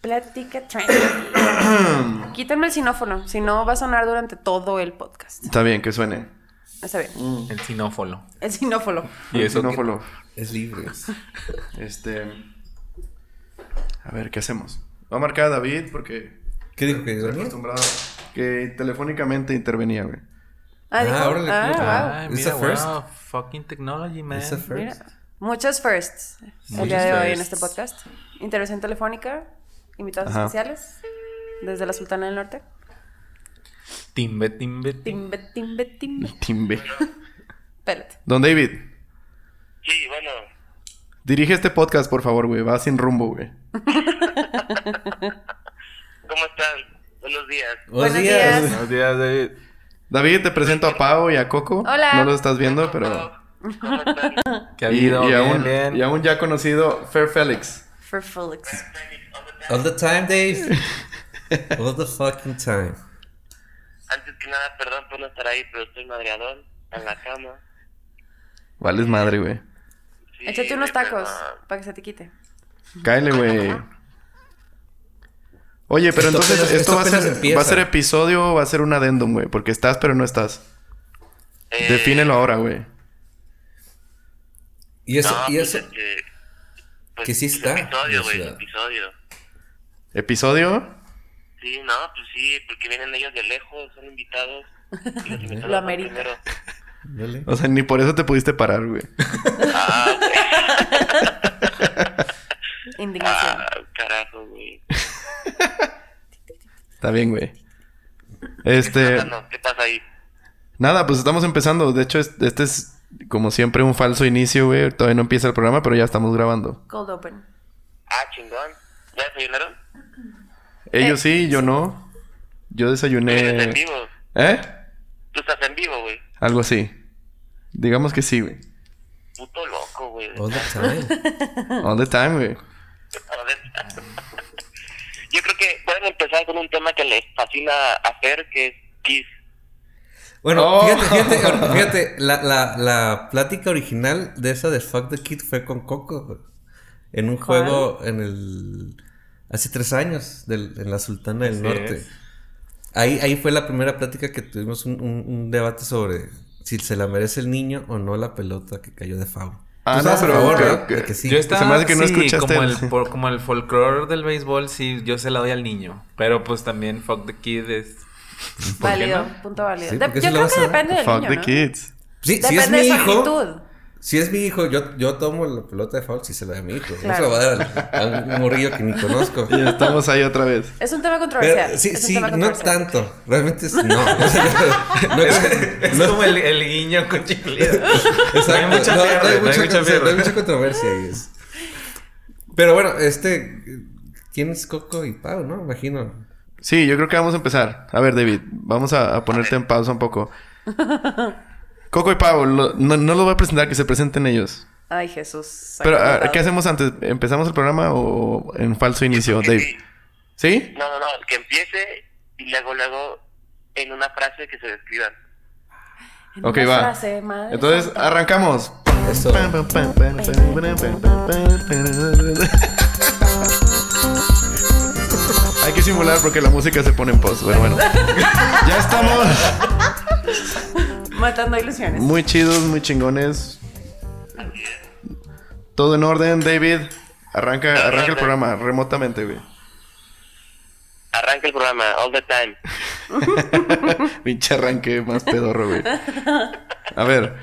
Plática Trend. Quítame el sinófono, si no va a sonar durante todo el podcast. Está bien, que suene. Está bien. Mm. El sinófolo. El sinófolo. Y eso que- Xenófolo. Es libre. Este. A ver, ¿qué hacemos? Va a marcar a David porque. ¿Qué dijo que Estoy dormía? acostumbrado. Que telefónicamente intervenía, güey. Ah, dijo. Ah, órale, ah, qué- wow. Ay, It's mira, a first. wow, fucking technology, man. It's a first. Mira, muchas firsts el Muchas día de hoy en firsts. este podcast. Intervención telefónica, invitados Ajá. especiales desde la Sultana del Norte. Timbe, timbe, timbe. Timbe, timbe, timbe. Timbe. Espérate. Don David, Sí, bueno, dirige este podcast, por favor, güey. Va sin rumbo, güey. ¿cómo están? Buenos días. Buenos días. Buenos días, David. David, te presento a Pau y a Coco. Hola. No los estás viendo, pero. ¿Cómo están? Que ha Y, habido? y a Bien, un- bien. y a un ya conocido Fair Félix. For Felix. All the time, Dave. All the fucking time. Antes que nada, perdón por no estar ahí, pero estoy madreadón, en la cama. Vales madre, güey. Sí, Échate unos güey, tacos pero- para que se te quite. Cáele, güey. Oye, pero Esto entonces apenas- esto, esto va, a apenas ser, empieza. va a ser episodio o va a ser un adendum, güey. Porque estás, pero no estás. Eh, Defínelo ahora, güey. Y eso, no, y pues, eso. este, pues, que sí es está en la episodio, güey, es ciudad. episodio. ¿Episodio? Sí, no, pues sí, porque vienen ellos de lejos, son invitados. y los invitados Lo van amerita. primero. Dale. O sea, ni por eso te pudiste parar, güey. Ah, güey, Indignación. ah, carajo, güey. Está bien, güey. Este. Ah, no, ¿Qué pasa ahí? Nada, pues estamos empezando. De hecho, es- este es como siempre un falso inicio, güey. Todavía no empieza el programa, pero ya estamos grabando. Cold open. Ah, chingón. ¿Ya desayunaron? Ellos Eh. sí, yo no. Yo Tú estás en desayuné. vivo. ¿Eh? Tú estás en vivo, güey. Algo así. Digamos que sí, güey. Puto loco, güey. All the time. All the time, güey. A ver. Yo creo que pueden empezar con un tema que les fascina hacer, que es Kiss. Bueno, Oh. fíjate, fíjate, ahor- fíjate, la, la, la plática original de esa de Fuck the Kid fue con Coco. güey. En un ¿Cuál? juego en el. Hace tres años, del- en la Sultana del Así Norte. es. Ahí, ahí fue la primera plática que tuvimos un, un- un debate sobre si se la merece el niño o no la pelota que cayó de Fau. Ah, no, Tú sabes, pero Fau, creo ¿verdad? que- De sí. Yo estaba, se me hace que no sí, escuchaste Como el- el, por- como el folclore del béisbol, sí, yo se la doy al niño. Pero pues también Fuck the Kid es... ¿Por qué Válido. no? Punto válido. Sí, De- porque yo sí lo creo vas que a dar. depende del Fuck niño, the ¿no? kids. Sí, si es Depende mi de su hijo. actitud. Si es mi hijo, yo, yo tomo la pelota de foul si se la da a mi hijo. No se Claro. la voy a dar al- a un morrillo que ni conozco. Ya estamos ahí otra vez. Es un tema controversial. Pero, sí, es un sí, tema no controversial. tanto. Realmente es, no. No, no, Es como el, el guiño con chiclito. Exacto. No hay mucha No, no pierde, hay no hay mucha- mucha o sea, no pierde. hay mucha controversia ahí. es. Pero bueno, este. ¿Quién es Coco y Pau, no? Imagino. Sí, yo creo que vamos a empezar. A ver, David, vamos a, a ponerte en pausa un poco. Coco y Pau, lo- no, no los voy a presentar, que se presenten ellos. Ay, Jesús. Pero, a- sagrado. ¿qué hacemos antes? ¿Empezamos el programa o en falso inicio, Que David? sí. ¿Sí? No, no, no, que empiece y luego, luego, en una frase que se describan. En Ok, una va. frase, madre Entonces, ah, santa. arrancamos. Eso. Hay que simular porque la música se pone en post. Bueno, bueno. Ya estamos. Matando ilusiones. Muy chidos, muy chingones. Todo en orden, David. Arranca, arranca el programa remotamente, güey. Arranca el programa, all the time. Pinche arranque más pedorro, güey. A ver.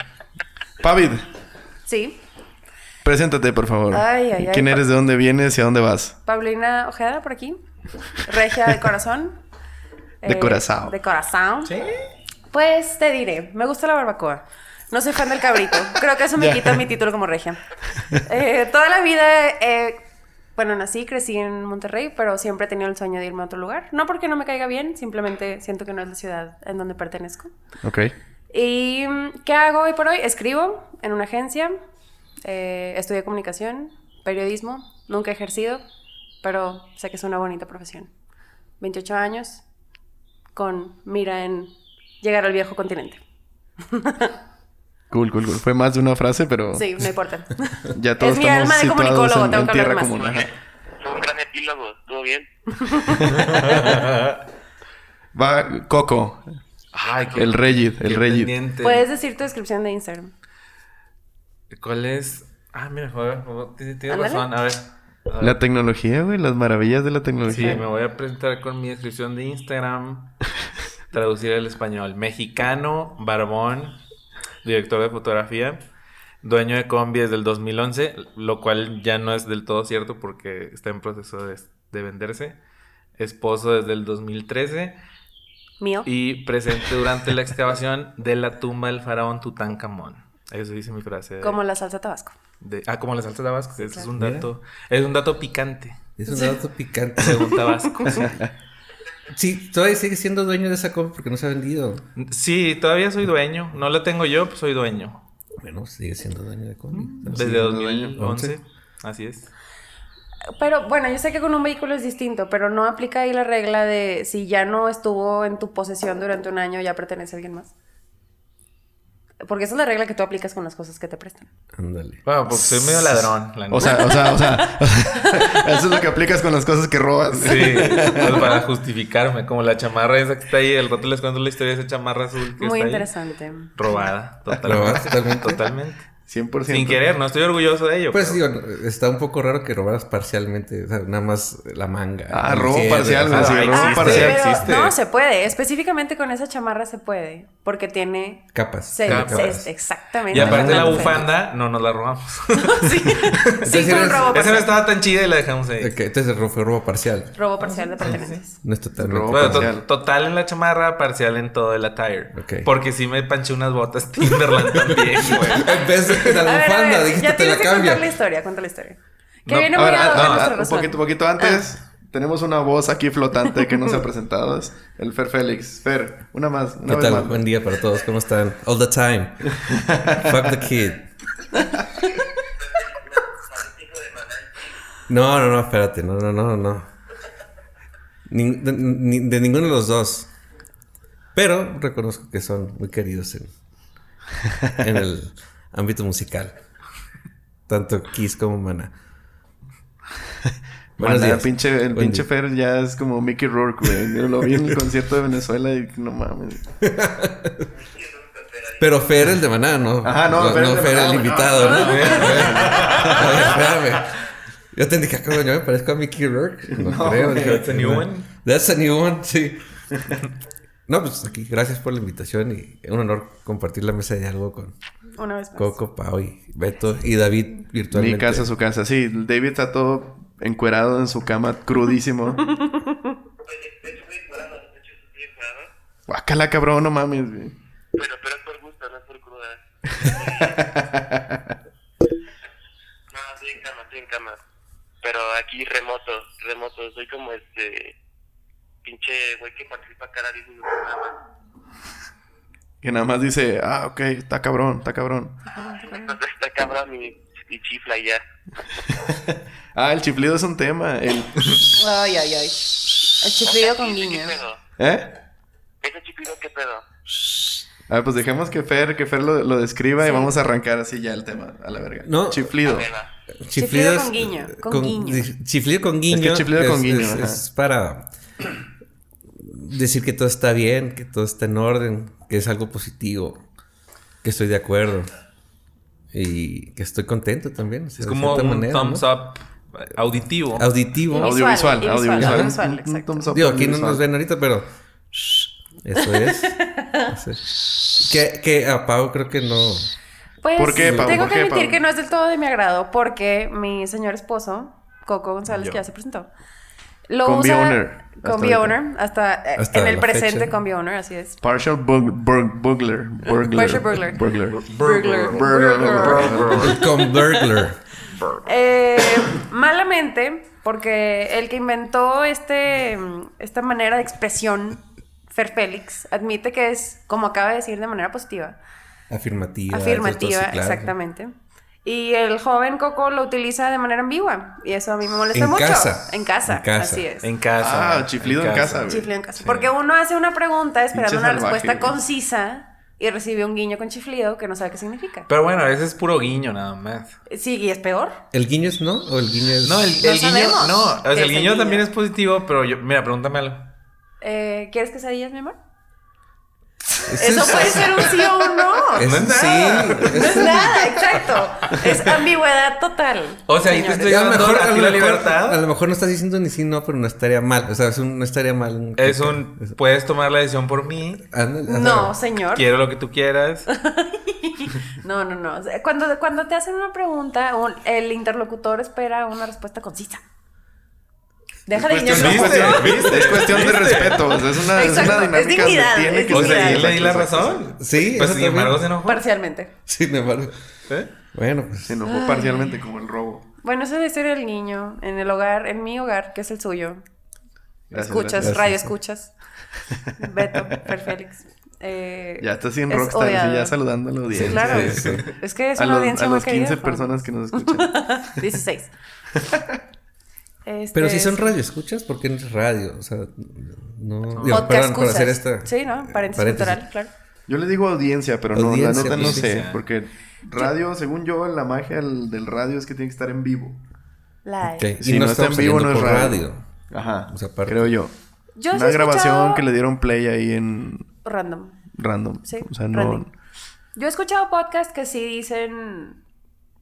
Pavid, Sí. preséntate, por favor. Ay, ay, ay, ¿Quién pa- eres? ¿De dónde vienes y a dónde vas? Paulina Ojeda por aquí. Regia de corazón. Eh, De Curazao. De corazón. Pues te diré, me gusta la barbacoa. No soy fan del cabrito. Creo que eso me Ya. quita mi título como regia. Eh, toda la vida, eh, bueno, nací, crecí en Monterrey, pero siempre he tenido el sueño de irme a otro lugar. No porque no me caiga bien, simplemente siento que no es la ciudad en donde pertenezco. Ok. ¿Y mm, qué hago hoy por hoy? Escribo en una agencia, eh, estudié comunicación, periodismo, nunca he ejercido, pero sé que es una bonita profesión. 28 años, con mira en llegar al viejo continente. Cool, cool, cool. Fue más de una frase, pero Sí, no importa. ya todos es mi estamos alma de situados comunicólogo, en, tengo en que hablar tierra más. común. ajá. Fue un gran epílogo, estuvo bien. Va Coco, Ay, qué- el Regid, el qué Regid. pendiente. Puedes decir tu descripción de Instagram. ¿Cuál es? Ah, mira, joder, joder, ti- tienes Ándale. razón. A ver. A ver. La tecnología, güey, las maravillas de la Sí, tecnología. me voy a presentar con mi descripción de Instagram. Traducir al español. Mexicano, barbón, director de fotografía, dueño de combi desde el 2011, lo cual ya no es del todo cierto porque está en proceso de, de venderse. Esposo desde el 2013 Mío. y presente durante la excavación de la tumba del faraón Tutankamón. Eso dice mi frase. de- Como la salsa tabasco. de- ah, como la salsa tabasco. Ese es claro. un dato. Es un dato picante, Es un dato picante. según Tabasco. Sí, todavía sigue siendo dueño de esa combi porque no se ha vendido. Sí, todavía soy dueño. No la tengo yo, pues soy dueño. Bueno, sigue siendo dueño de Mm, combi. Desde Sí, 2011. dueño. Así es. Pero bueno, yo sé que con un vehículo es distinto, pero no aplica ahí la regla de si ya no estuvo en tu posesión durante un año, ya pertenece a alguien más. Porque esa es la regla que tú aplicas con las cosas que te prestan. Ándale. Bueno, pues soy medio ladrón. La O neta. sea, o sea, o sea, eso es lo que aplicas con las cosas que robas. Sí, pues, para justificarme, como la chamarra esa que está ahí, el rato les cuento la historia de esa chamarra azul Muy que está ahí. interesante. Robada, Robada, totalmente. totalmente. totalmente. 100%. Sin querer, no estoy orgulloso de ello. Pues pero- digo, está un poco raro que robaras parcialmente, o sea, nada más la manga. Ah, el robo cierre, parcial, o güey. sea, Sí, ah, robo existe, parcial. Pero existe. no, se puede. Específicamente con esa chamarra se puede. Porque tiene... Capas. se- Capas. se- exactamente. Y aparte la Ajá. bufanda, no nos la robamos. sí, sí, fue un robo Esa eres- no parcial. estaba tan chida y la dejamos ahí. Ok, entonces ro- fue robo parcial. Robo parcial de pertenencias. No es totalmente. Robo Bueno, to- parcial. total en la chamarra, parcial en todo el attire. Ok. Porque sí me panché unas botas Timberland también, güey. En vez de la A ver, a bufanda, ver, dijiste ya te tienes la que contar la cambia. historia, cuenta la historia. Que No, viene A muy ver, a, ah, a no, nuestra ah, un razón. poquito, poquito antes. Tenemos una voz aquí flotante que no se ha presentado. es el Fer Félix. Fer, una más. Una ¿Qué vez tal? más. Buen día para todos. ¿Cómo están? All the time. Fuck the kid. No, no, no, espérate. No, no, no, no. Ni- de, ni- de ninguno de los dos. Pero reconozco que son muy queridos en, en el ámbito musical. Tanto Kiss como Mana. Bueno, el pinche, el pinche Fer ya es como Mickey Rourke, güey. Yo lo vi en el concierto de Venezuela y no mames. Pero Fer el de Maná, ¿no? Ajá, no, Fer Fer, el de Fer Maná, Ah, el no. invitado, ¿no? A ver, a ver. A ver, espérame. Yo te dije, ¿cómo yo me parezco a Mickey Rourke? No, creo. güey, dije, that's a new no. one. That's a new one, sí. No, pues aquí, gracias por la invitación y es un honor compartir la mesa de diálogo con Una vez más. Coco, Pau y Beto y David virtualmente. Mi casa, su casa. Sí, David está todo encuerado en su cama, crudísimo. De hecho, estoy encuadrado, de hecho, estoy encuadrado. Guácala, cabrón, no mames, güey. Pero, pero es por gusto, no es por cruda. no, estoy en cama, estoy en cama. Pero aquí remoto, remoto. Soy como este pinche güey que participa cada 10 minutos nada más. Que nada más dice, ah, ok, está cabrón, está cabrón. Entonces está cabrón y, y chifla y ya. Ah, el chiflido es un tema. El... Ay, ay, ay. El chiflido con guiño. ¿Qué pedo? ¿Eh? ¿Ese chiflido qué pedo? Ah, pues dejemos que Fer, que Fer lo, lo describa y vamos a arrancar así ya el tema, a la verga. No. Chiflido. Vela. Chiflido es- con guiño, con guiño. di- eh, Chiflido con guiño. Es que chiflido con guiño, es- ajá. es para decir que todo está bien, que todo está en orden, que es algo positivo, que estoy de acuerdo y que estoy contento también. o sea, Es de como cierta un manera, thumbs ¿no? up auditivo. Auditivo. Au- Audiovisual, Visual, audiovisual. visual, Un- un exacto. thumbs up Digo, aquí no audiovisual. nos ven ahorita, pero... shh, Eso es. Eso es. Que, que a Pau creo que no... Pues ¿Por qué, Pablo? tengo ¿Por que qué, admitir Pablo? que no es del todo de mi agrado porque mi señor esposo, Coco González, Yo. que ya se presentó, lo Combi usa... owner, hasta Combi ahorita. owner. Hasta, eh, Hasta en el la presente fecha. combi owner, así es. Partial bug, bug- burglar. Burglar. Partial burglar. Burglar. Burglar. Burglar. El con burglar. Eh, malamente, porque el que inventó este, mm, esta manera de expresión, Fer Félix, admite que es, como acaba de decir, de manera positiva, Afirmativa. afirmativa, todo así, claro. exactamente. Y el joven Coco lo utiliza de manera ambigua, y eso a mí me molesta En mucho. casa. En casa. En casa. Así es. En casa. Ah, chiflido en casa, güey. Chifleo en casa. Porque uno hace una pregunta esperando Pinche una salvaje, respuesta güey. concisa y recibe un guiño con chiflido que no sabe qué significa. Pero bueno, ese es puro guiño nada más. Sí, y es peor. ¿El guiño es no? ¿O el guiño es.? No, el, No el guiño. sabemos No, o sea, qué el es el guiño también guiño. es positivo, pero yo. Mira, pregúntame algo. Eh, ¿Quieres quesadillas, mi amor? ¿Es Eso en- puede ser un sí o un no. ¿Es No en es sí? No es nada, exacto. Es ambigüedad total. O sea, ahí te señores. estoy a lo dando mejor, a a ti lo la mejor- libertad. a lo mejor no estás diciendo ni sí, no, pero no estaría mal. O sea, es un- no estaría mal. un- Es un. Puedes tomar la decisión por mí. Ándale, ándale. No, señor. Quiero lo que tú quieras. No, no, no. O sea, Cuando, cuando te hacen una pregunta, un- el interlocutor espera una respuesta concisa. Deja de cuestión- guiñar los es ¿Viste? cuestión- ¿Viste? Es cuestión de respeto. o sea, es una, es Exacto, una es dinámica dignidad, donde tiene es que O sea, dignidad. y ser. le di la Exacto, razón. Sí, Pues eso sin embargo se también. enojó. Parcialmente. Sin embargo. ¿Eh? Bueno, pues. Se enojó parcialmente como el robo. Bueno, esa es la historia del niño en el hogar, en mi hogar, que es el suyo. Gracias, escuchas, gracias. radio escuchas. Beto, Per Félix. Eh, Ya está sin es rockstar, sí, odiado. ya saludando a la Sí, audiencia. claro. sí, sí. Es que es a una los, audiencia a muy los 15 querida, Juan. personas que nos escuchan. 16. Este, Pero si son sí. radio, ¿escuchas? ¿Por qué no es radio? O sea, no. Digo, Podcast perdón, por cosas. hacer esta. Sí, ¿no? Paréntesis, cultural, claro. Yo les digo audiencia, pero no, la Audiencia, neta no sé. audiencia. Porque radio, según yo, la magia del, del radio es que tiene que estar en vivo. Live. Ok, Y Si no, no está en estamos vivo, no saliendo es por radio. radio. Ajá, O sea, aparte. creo yo. Yo sí Una he grabación escuchado- que le dieron play ahí en Random. random. Sí, o sea, no. random. Yo he escuchado podcasts que sí dicen,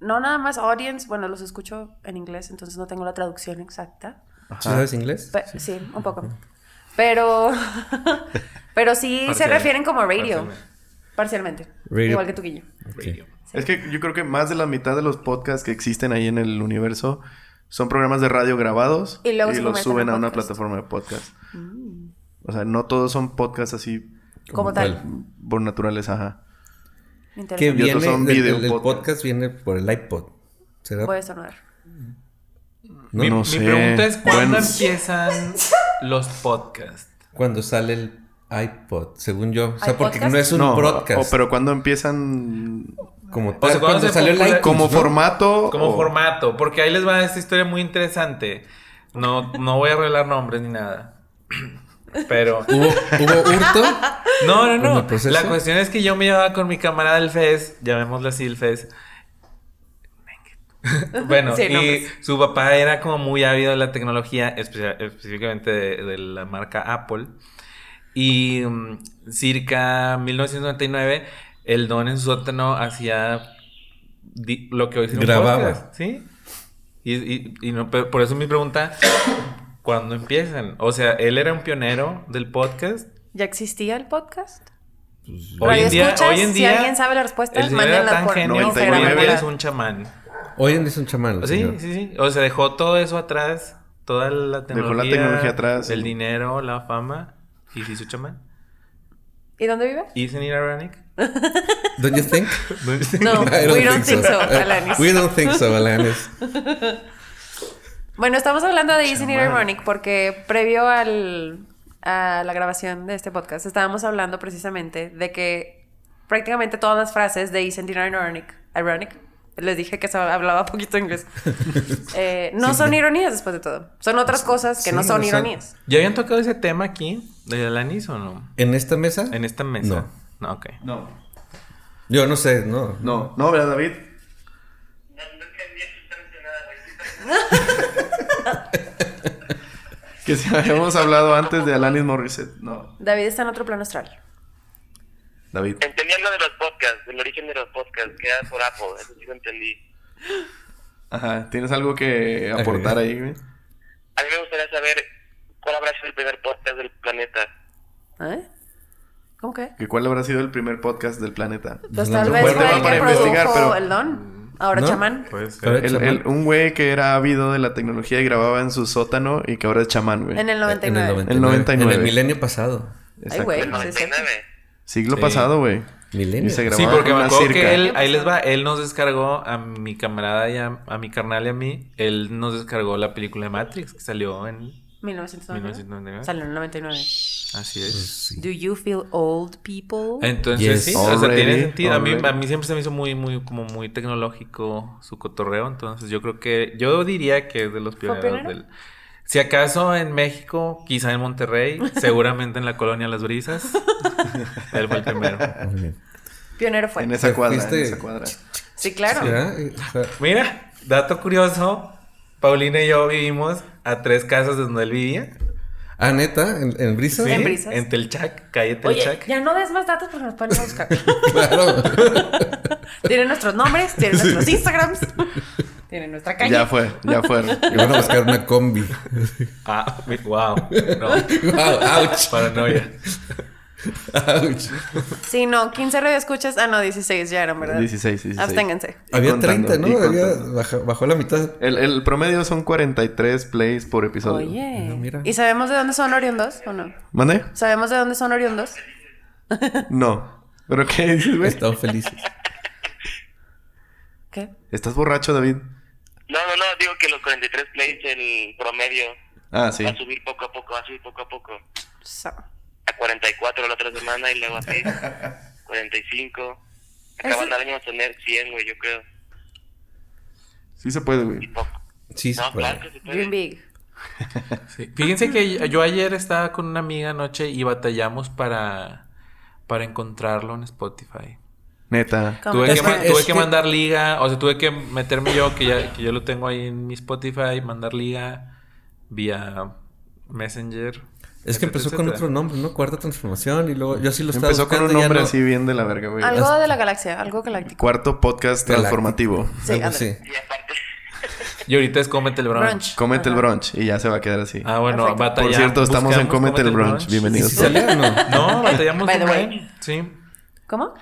no nada más audience, bueno, los escucho en inglés, entonces no tengo la traducción exacta. ¿Tú sabes inglés? Pe- sí. un poco. Pero, pero sí se Parcial- refieren como radio, parcialmente. parcialmente. Radio. Igual que tu guillo. Ok. Es que yo creo que más de la mitad de los podcasts que existen ahí en el universo son programas de radio grabados Y luego se los convierten suben en a una podcast. Mm. plataforma de podcast. O sea, no todos son podcasts así Como Como tal. por naturaleza, ajá. Que Interesante. Y otros viene. son del- video el, el podcast. podcast. viene por el iPod. ¿Será? Voy a estornudar. No, mi, no mi sé. pregunta es: ¿cuándo Bueno. empiezan los podcasts? Cuando sale el iPod, según yo. O sea, ¿Hay porque podcast? no es un no, podcast. o- Oh, pero cuando empiezan como tal. O sea, cuando cuando se salió el popula- iTunes, como ¿no? formato Como o- formato, porque ahí les va esta historia muy interesante. No, no voy a revelar nombres ni nada. Pero. Hubo, hubo hurto. No, no, ¿En no. el proceso? La cuestión es que yo me llevaba con mi camarada del FES, llamémosle así el FES. bueno, Sí, y no, pues. su papá era como muy ávido de la tecnología, espe- específicamente de, de la marca Apple. Y mm, circa 1999, el don en su sótano hacía di- lo que hoy es un Grababa. podcast, ¿sí? Y, y- y no, pero por eso mi pregunta, ¿cuándo empiezan? O sea, él era un pionero del podcast. ¿Ya existía el podcast? Hoy Radio en día, escuchas, hoy en si día, alguien sabe la respuesta, el señor mándenla era tan por Ah, genio que Instagram. hoy en día es un chamán. Hoy en día es un chamán. el ¿Ah, Sí, señor. sí, sí. O sea, dejó todo eso atrás, toda la Dejó tecnología, la tecnología atrás, el sí. dinero, la fama, y se hizo chamán. ¿Y dónde vive? Isn't it ironic? ¿Don't you think? No, I we don't think so, Alanis. We don't think so, Alanis. Bueno, estamos hablando de Isn't It Ironic porque previo al, a la grabación de este podcast estábamos hablando precisamente de que prácticamente todas las frases de Isn't It Ironic, ironic les dije que se hablaba poquito inglés, eh, no son ironías después de todo. Son otras cosas que Sí, no son o sea- ironías. ¿Ya habían tocado ese tema aquí, de Alanis o no? ¿En esta mesa? En esta mesa. No. No. ok. No, Yo no sé, no. no, no, ¿verdad, David? No, no entendí absolutamente nada, güey. Sí, está- Que si habíamos hablado antes de Alanis Morissette. No, David está en otro plano astral. David. Entendí algo de los podcasts, del origen de los podcasts, que era por Apple, eso sí lo entendí. Ajá, ¿tienes algo que aportar ahí, güey? A mí me gustaría saber cuál habrá sido el primer podcast del planeta. ¿Eh? ¿Cómo que? ¿Que ¿Cuál habrá sido el primer podcast del planeta? Pues No, tal no vez recuerdo fue el para que investigar, produjo pero- el don, ahora ¿No? chamán. Pues, Pero El- chamán. el- un güey que era ávido de la tecnología y grababa en su sótano y que ahora es chamán, güey. eh, En el 99. En El el 99. En el milenio pasado. Ay, Exacto. güey. El sí, es cierto. 99. Siglo Sí. pasado, güey. Milenio. Y se Sí, grababa porque en me una acuerdo circa. que él, ahí les va, él nos descargó a mi camarada y a, a mi carnal y a mí, él nos descargó la película de Matrix que salió en 1999. 1999. Salió en el 99. Así es. Pues, Sí. Do you feel old people? Entonces, Yes. sí, o sea, Already, tiene sentido. A mí, already. a mí siempre se me hizo muy, muy, como muy tecnológico su cotorreo. Entonces, yo creo que, yo diría que es de los pioneros pionero? del. Si acaso en México, quizá en Monterrey, seguramente en la colonia Las Brisas. Él fue el primero. Ah, Muy bien. Pionero fue. En esa ¿Te cuadra, fuiste? en esa cuadra. Sí, claro. ¿Ya? Eh, o sea, Mira, dato curioso. Paulina y yo vivimos a tres casas de donde él vivía. Ah, neta, en, en Brisa. Sí, ¿En Brisas? En Telchac, calle Oye, Telchac. ya no des más datos porque nos pueden buscar. Claro. tienen nuestros nombres, tienen nuestros Instagrams, tienen nuestra calle. Ya fue, ya fue. Y van a buscar una combi. Ah, wow. No, Wow, ouch. paranoia. ouch. Sí, no, 15 radioescuchas. Ah, no, 16 ya eran, ¿verdad? 16, 16. Absténganse. Había contando, 30, y ¿no? Había, contando. bajó, bajó la mitad. El, el promedio son 43 plays por episodio. Oye. Ah, mira. ¿Y sabemos de dónde son oriundos o no? ¿Mande? ¿Sabemos de dónde son oriundos? No. ¿Pero qué dices, güey? Estaban felices. ¿Qué? ¿Estás borracho, David? No, no, no, digo que los 43 plays, el promedio, Ah, sí. va a subir poco a poco, va a subir poco a poco. So. A 44 la otra semana y luego así. 45. Acaban de año vamos a tener 100, güey, yo creo. Sí se puede, Y güey. poco. Sí, se No, puede. claro que se puede. Dream big. Sí. Fíjense que yo ayer estaba con una amiga anoche y batallamos para, para encontrarlo en Spotify. Neta. ¿Cómo? Tuve, que, Es ma- que- tuve es que que- mandar liga, o sea, tuve que meterme yo, que ya, que yo lo tengo ahí en mi Spotify, mandar liga vía Messenger. Es que etcétera, empezó con etcétera. otro nombre, ¿no? Cuarta transformación y luego yo sí lo estaba Empezó con un buscando, ya nombre no. así bien de la verga, güey. Algo de la galaxia, algo galáctico. Cuarto podcast Galáctico. transformativo. Sí, Algo ándale. así. Y aparte, Y ahorita es Cómete el Brunch. Brunch. Comete el brunch y ya se va a quedar así. Ah, bueno, Perfecto. batallamos. Por cierto, estamos en buscamos Cómete el Brunch. ¿Y Bienvenidos. si salía o no? No, batallamos. By the un way. buen, Sí. ¿Cómo?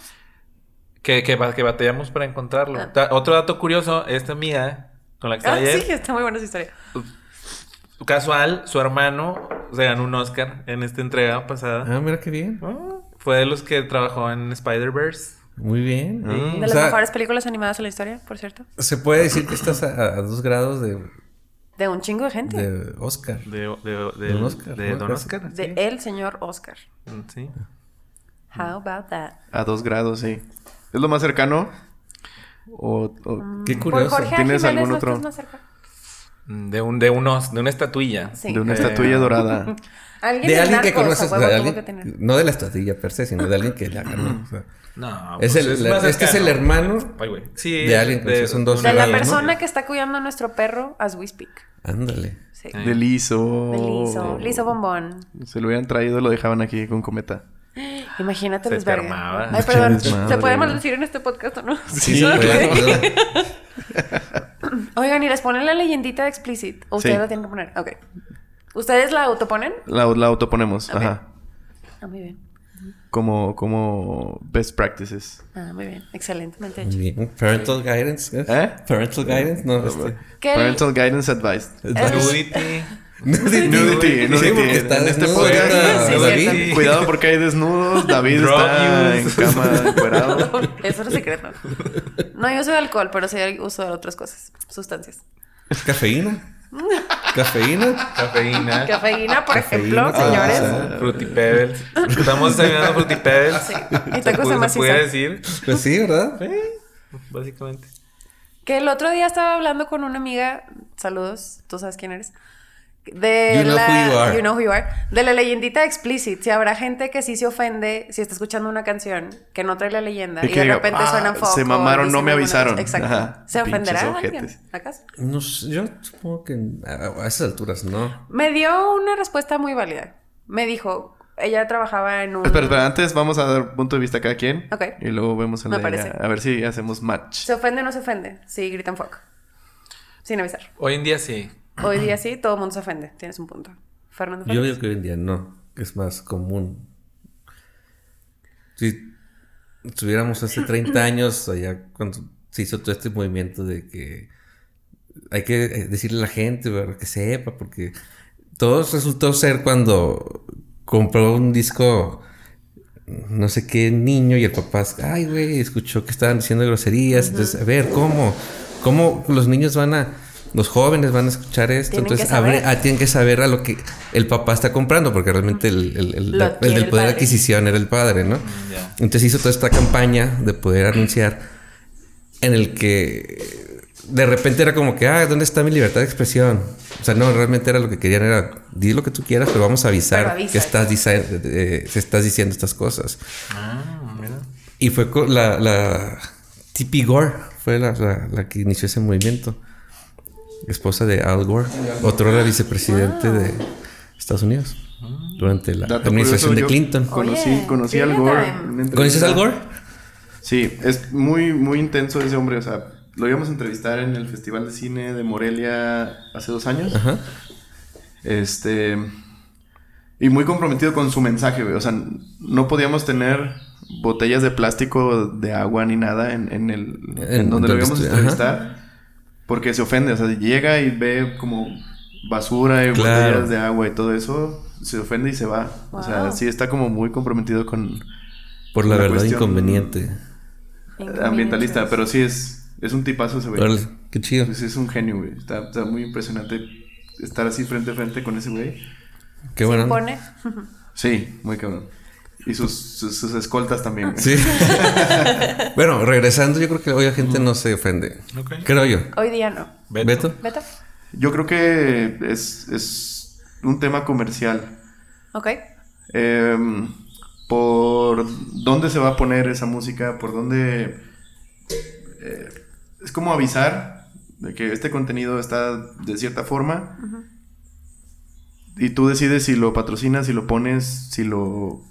Que, que, ba- que batallamos para encontrarlo. Ah. Ta- Otro dato curioso, esta amiga con la que Ah, estaba ayer, sí, está muy buena esa historia. casual, su hermano se ganó un Oscar en esta entrega pasada. Ah, mira qué bien. Ah, Fue de los que trabajó en Spider-Verse. Muy bien. Ah. Sí. De Mm. O las sea, mejores películas animadas de la historia, por cierto. Se puede decir que estás a, a dos grados de, De un chingo de gente. De, de Oscar. De, de, de, Don Oscar, de ¿no? Don Oscar. sí. el señor Oscar. Mm, sí. How about that? Mm. A dos grados, sí. ¿Es lo más cercano? O, o- Qué Por curioso. Jorge A. ¿Tienes Jiménez, algún ¿no otro? estás más cerca? Mm, De, un, de, unos, de una estatuilla. Sí. de una Eh, estatuilla dorada. Alguien De alguien que Narcos, conoces. a huevo o sea, tuvo alguien- que tener. no de la estatuilla per se, sino de alguien que la ganó. o sea. No, Es pues el- más este es cercano. el hermano Ay, güey. Sí, de alguien que son dos De la Dorada, ¿no? persona que está cuidando a nuestro perro as we speak. Ándale. Sí. Eh. De liso. De Oh. liso. Liso bombón. Se lo hubieran traído, lo dejaban aquí con cometa. Imagínate Se los te vergas. armaba. Ay, perdón. Mucha desmadre. ¿Se puede maldecir en este podcast o no? Sí, Ok. puede, puede. Oigan, y les ponen la leyendita de explicit. ¿O Ustedes Sí. la tienen que poner. Ok. ¿Ustedes la autoponen? La, la autoponemos. Ajá. Ah, muy bien. Como, como best practices. Ah, muy bien. Excelentemente hecho. Bien. Parental guidance. ¿Eh? Parental guidance. No, este. ¿Qué? Parental Guidance Advice. Eh, Nudity. Nudity. Nudity, Sí, nudity. porque está En este desnudo, podcast- ¿verdad, Sí, David? cierto. Cuidado porque hay desnudos. David Drug está en use. cama encuerado. Eso era secreto. No hay uso de alcohol, pero sí hay uso de otras cosas. Sustancias. Cafeína. Cafeína. Ah, Cafeína. Cafeína, por Cafeína, ejemplo, señores. ah, Fruity Pebbles. Estamos desayunando Fruity Pebbles. Sí. Se Y tacos de puede- se maciza. puede decir. Pues sí, ¿verdad? Básicamente. Que el otro día estaba hablando con una amiga, saludos, tú sabes quién eres. De You know la, who you are. You know who you are. De la leyendita explicit. Si habrá gente que sí se ofende si está escuchando una canción que no trae la leyenda Y y, que de diga, repente "Ah, suena se foco. mamaron, y no suena una me avisaron". cosa- Exacto. Ajá. ¿Se ofenderá Pinches alguien, ojetes. acaso? No sé, yo supongo que a, a esas alturas no. Me dio una respuesta muy válida. Me dijo, ella trabajaba en un... Espera, espera, antes vamos a dar punto de vista a cada quien. Ok. Y luego vemos el Me de ella. parece. A ver si hacemos match. ¿Se ofende o no se ofende? Sí, gritan fuck. Sin avisar. Hoy en día sí. Hoy día sí, todo el mundo se ofende. Tienes un punto. Fernando Yo Fernández. digo que hoy en día no. que Es más común. Si tuviéramos hace 30 años, allá cuando se hizo todo este movimiento de que hay que eh, decirle a la gente ¿verdad? que sepa, porque todo resultó ser cuando compró un disco. No sé qué niño y el papá, ay, güey, escuchó que estaban diciendo groserías. Entonces, a ver, ¿cómo? ¿Cómo los niños van a, los jóvenes van a escuchar esto? Tienen que Entonces, abre- saber. ah, tienen que saber a lo que el papá está comprando, porque realmente el, el- el- Lo la- el quiere del el poder padre. de adquisición era el padre, ¿no? Ya. Entonces hizo toda esta campaña de poder anunciar en el que de repente era como que, ah, ¿dónde está mi libertad de expresión? O sea, no, realmente era lo que querían era, di lo que tú quieras, pero vamos a avisar Pero avisa. que estás, disa- eh, se estás diciendo estas cosas. Ah, mira. Y fue con la, la Tippi Gore, fue la, la- la que inició ese movimiento. Esposa de Al Gore, otro era vicepresidente de Estados Unidos Ah. durante la Dato administración curioso, de yo Ah, Clinton. Conocí, Oye, conocí al trivia Gore. time. en una entrevista. ¿Conoces Al Gore? Sí, es muy, muy intenso ese hombre. O sea, lo íbamos a entrevistar en el Festival de Cine de Morelia hace dos años. Ajá. Este. Y muy comprometido con su mensaje, güey. O sea, no podíamos tener botellas de plástico de agua ni nada en, en el. En En, donde lo donde íbamos a estu- entrevistar. Porque se ofende. O sea, llega y ve como basura y Claro. botellas de agua y todo eso. Se ofende y se va. O sea, Wow. sí está como muy comprometido con Por la Una verdad cuestión- inconveniente. ambientalista. Pero sí es. Es un tipazo ese güey. Órale, qué chido. Pues es un genio, güey. Está, está muy impresionante estar así frente a frente con ese güey. Qué bueno. Pone. Sí, muy cabrón. Y sus, sus, sus escoltas también, güey. Sí. bueno, regresando, yo creo que hoy la gente no se ofende. Ok. Creo yo. Hoy día no. Beto. Beto. Beto. Yo creo que es, es un tema comercial. Ok. Em, por dónde se va a poner esa música, por dónde... eh, es como avisar de que este contenido está de cierta forma. Y tú decides si lo patrocinas, si lo pones, si lo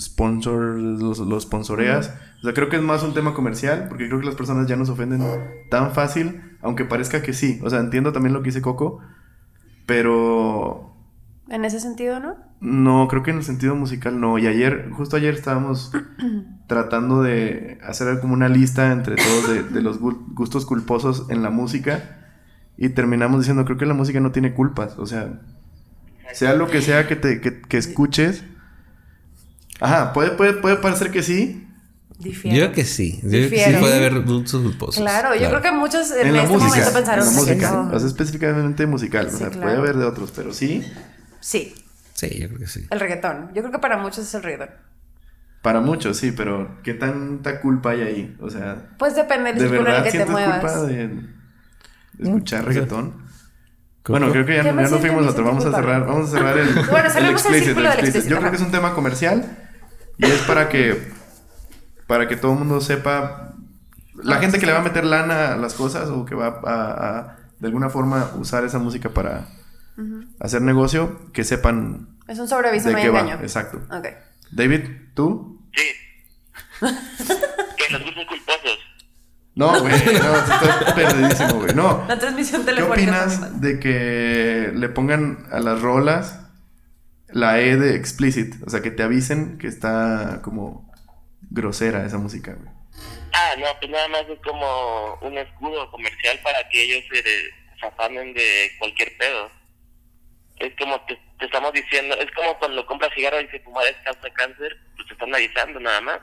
sponsor, lo, lo sponsoreas. O sea, creo que es más un tema comercial, porque creo que las personas ya nos ofenden tan fácil, aunque parezca que sí. O sea, entiendo también lo que dice Coco, pero En ese sentido, ¿no? no, creo que en el sentido musical no. Y ayer, justo ayer estábamos tratando de hacer como una lista entre todos de, de los gu- gustos culposos en la música. Y terminamos diciendo, creo que la música no tiene culpas. O sea, sea lo que sea que, te, que, que escuches. Ajá, puede, puede, puede parecer que sí. Difiere. Yo creo que sí. Yo creo que sí Difiere. puede haber dulces culposos. Claro, yo creo que muchos en, En, la este música. momento pensaron en la que música. no. O sea, específicamente musical. Sí, o sea, claro. puede haber de otros, pero sí. Sí, Sí, yo creo que sí. el reggaetón. Yo creo que para muchos es el reggaetón. Para muchos, sí, pero ¿qué tanta culpa hay ahí? O sea... Pues depende del ¿De círculo en el verdad que te sientes muevas. culpa de escuchar reggaetón? Coco. Bueno, creo que ya, Yo me no- ya no siento- fuimos me a siento otro. Vamos a culpable. cerrar, vamos a cerrar el, Bueno, cerremos el círculo del explícito, Yo creo ajá. que es un tema comercial y es para que para que todo el mundo sepa la Ah, gente sí, que le va a sí. meter lana a las cosas o que va a, a- de alguna forma usar esa música para hacer negocio, que sepan Es un sobreaviso, de no hay qué va. engaño. Exacto. Ok. David, ¿tú? Sí. que los gustos culposos. No, güey, no, estás perdidísimo, güey. No, La transmisión ¿Qué telefónica. normal. opinas de que le pongan a las rolas la E de explicit? O sea, que te avisen que está como grosera esa música, güey. Ah, no, pues nada más es como un escudo comercial para que ellos se de- se afanen de cualquier pedo. Es como te, te estamos diciendo, es como cuando compras cigarro y que fumar es causa cáncer, pues te están avisando nada más.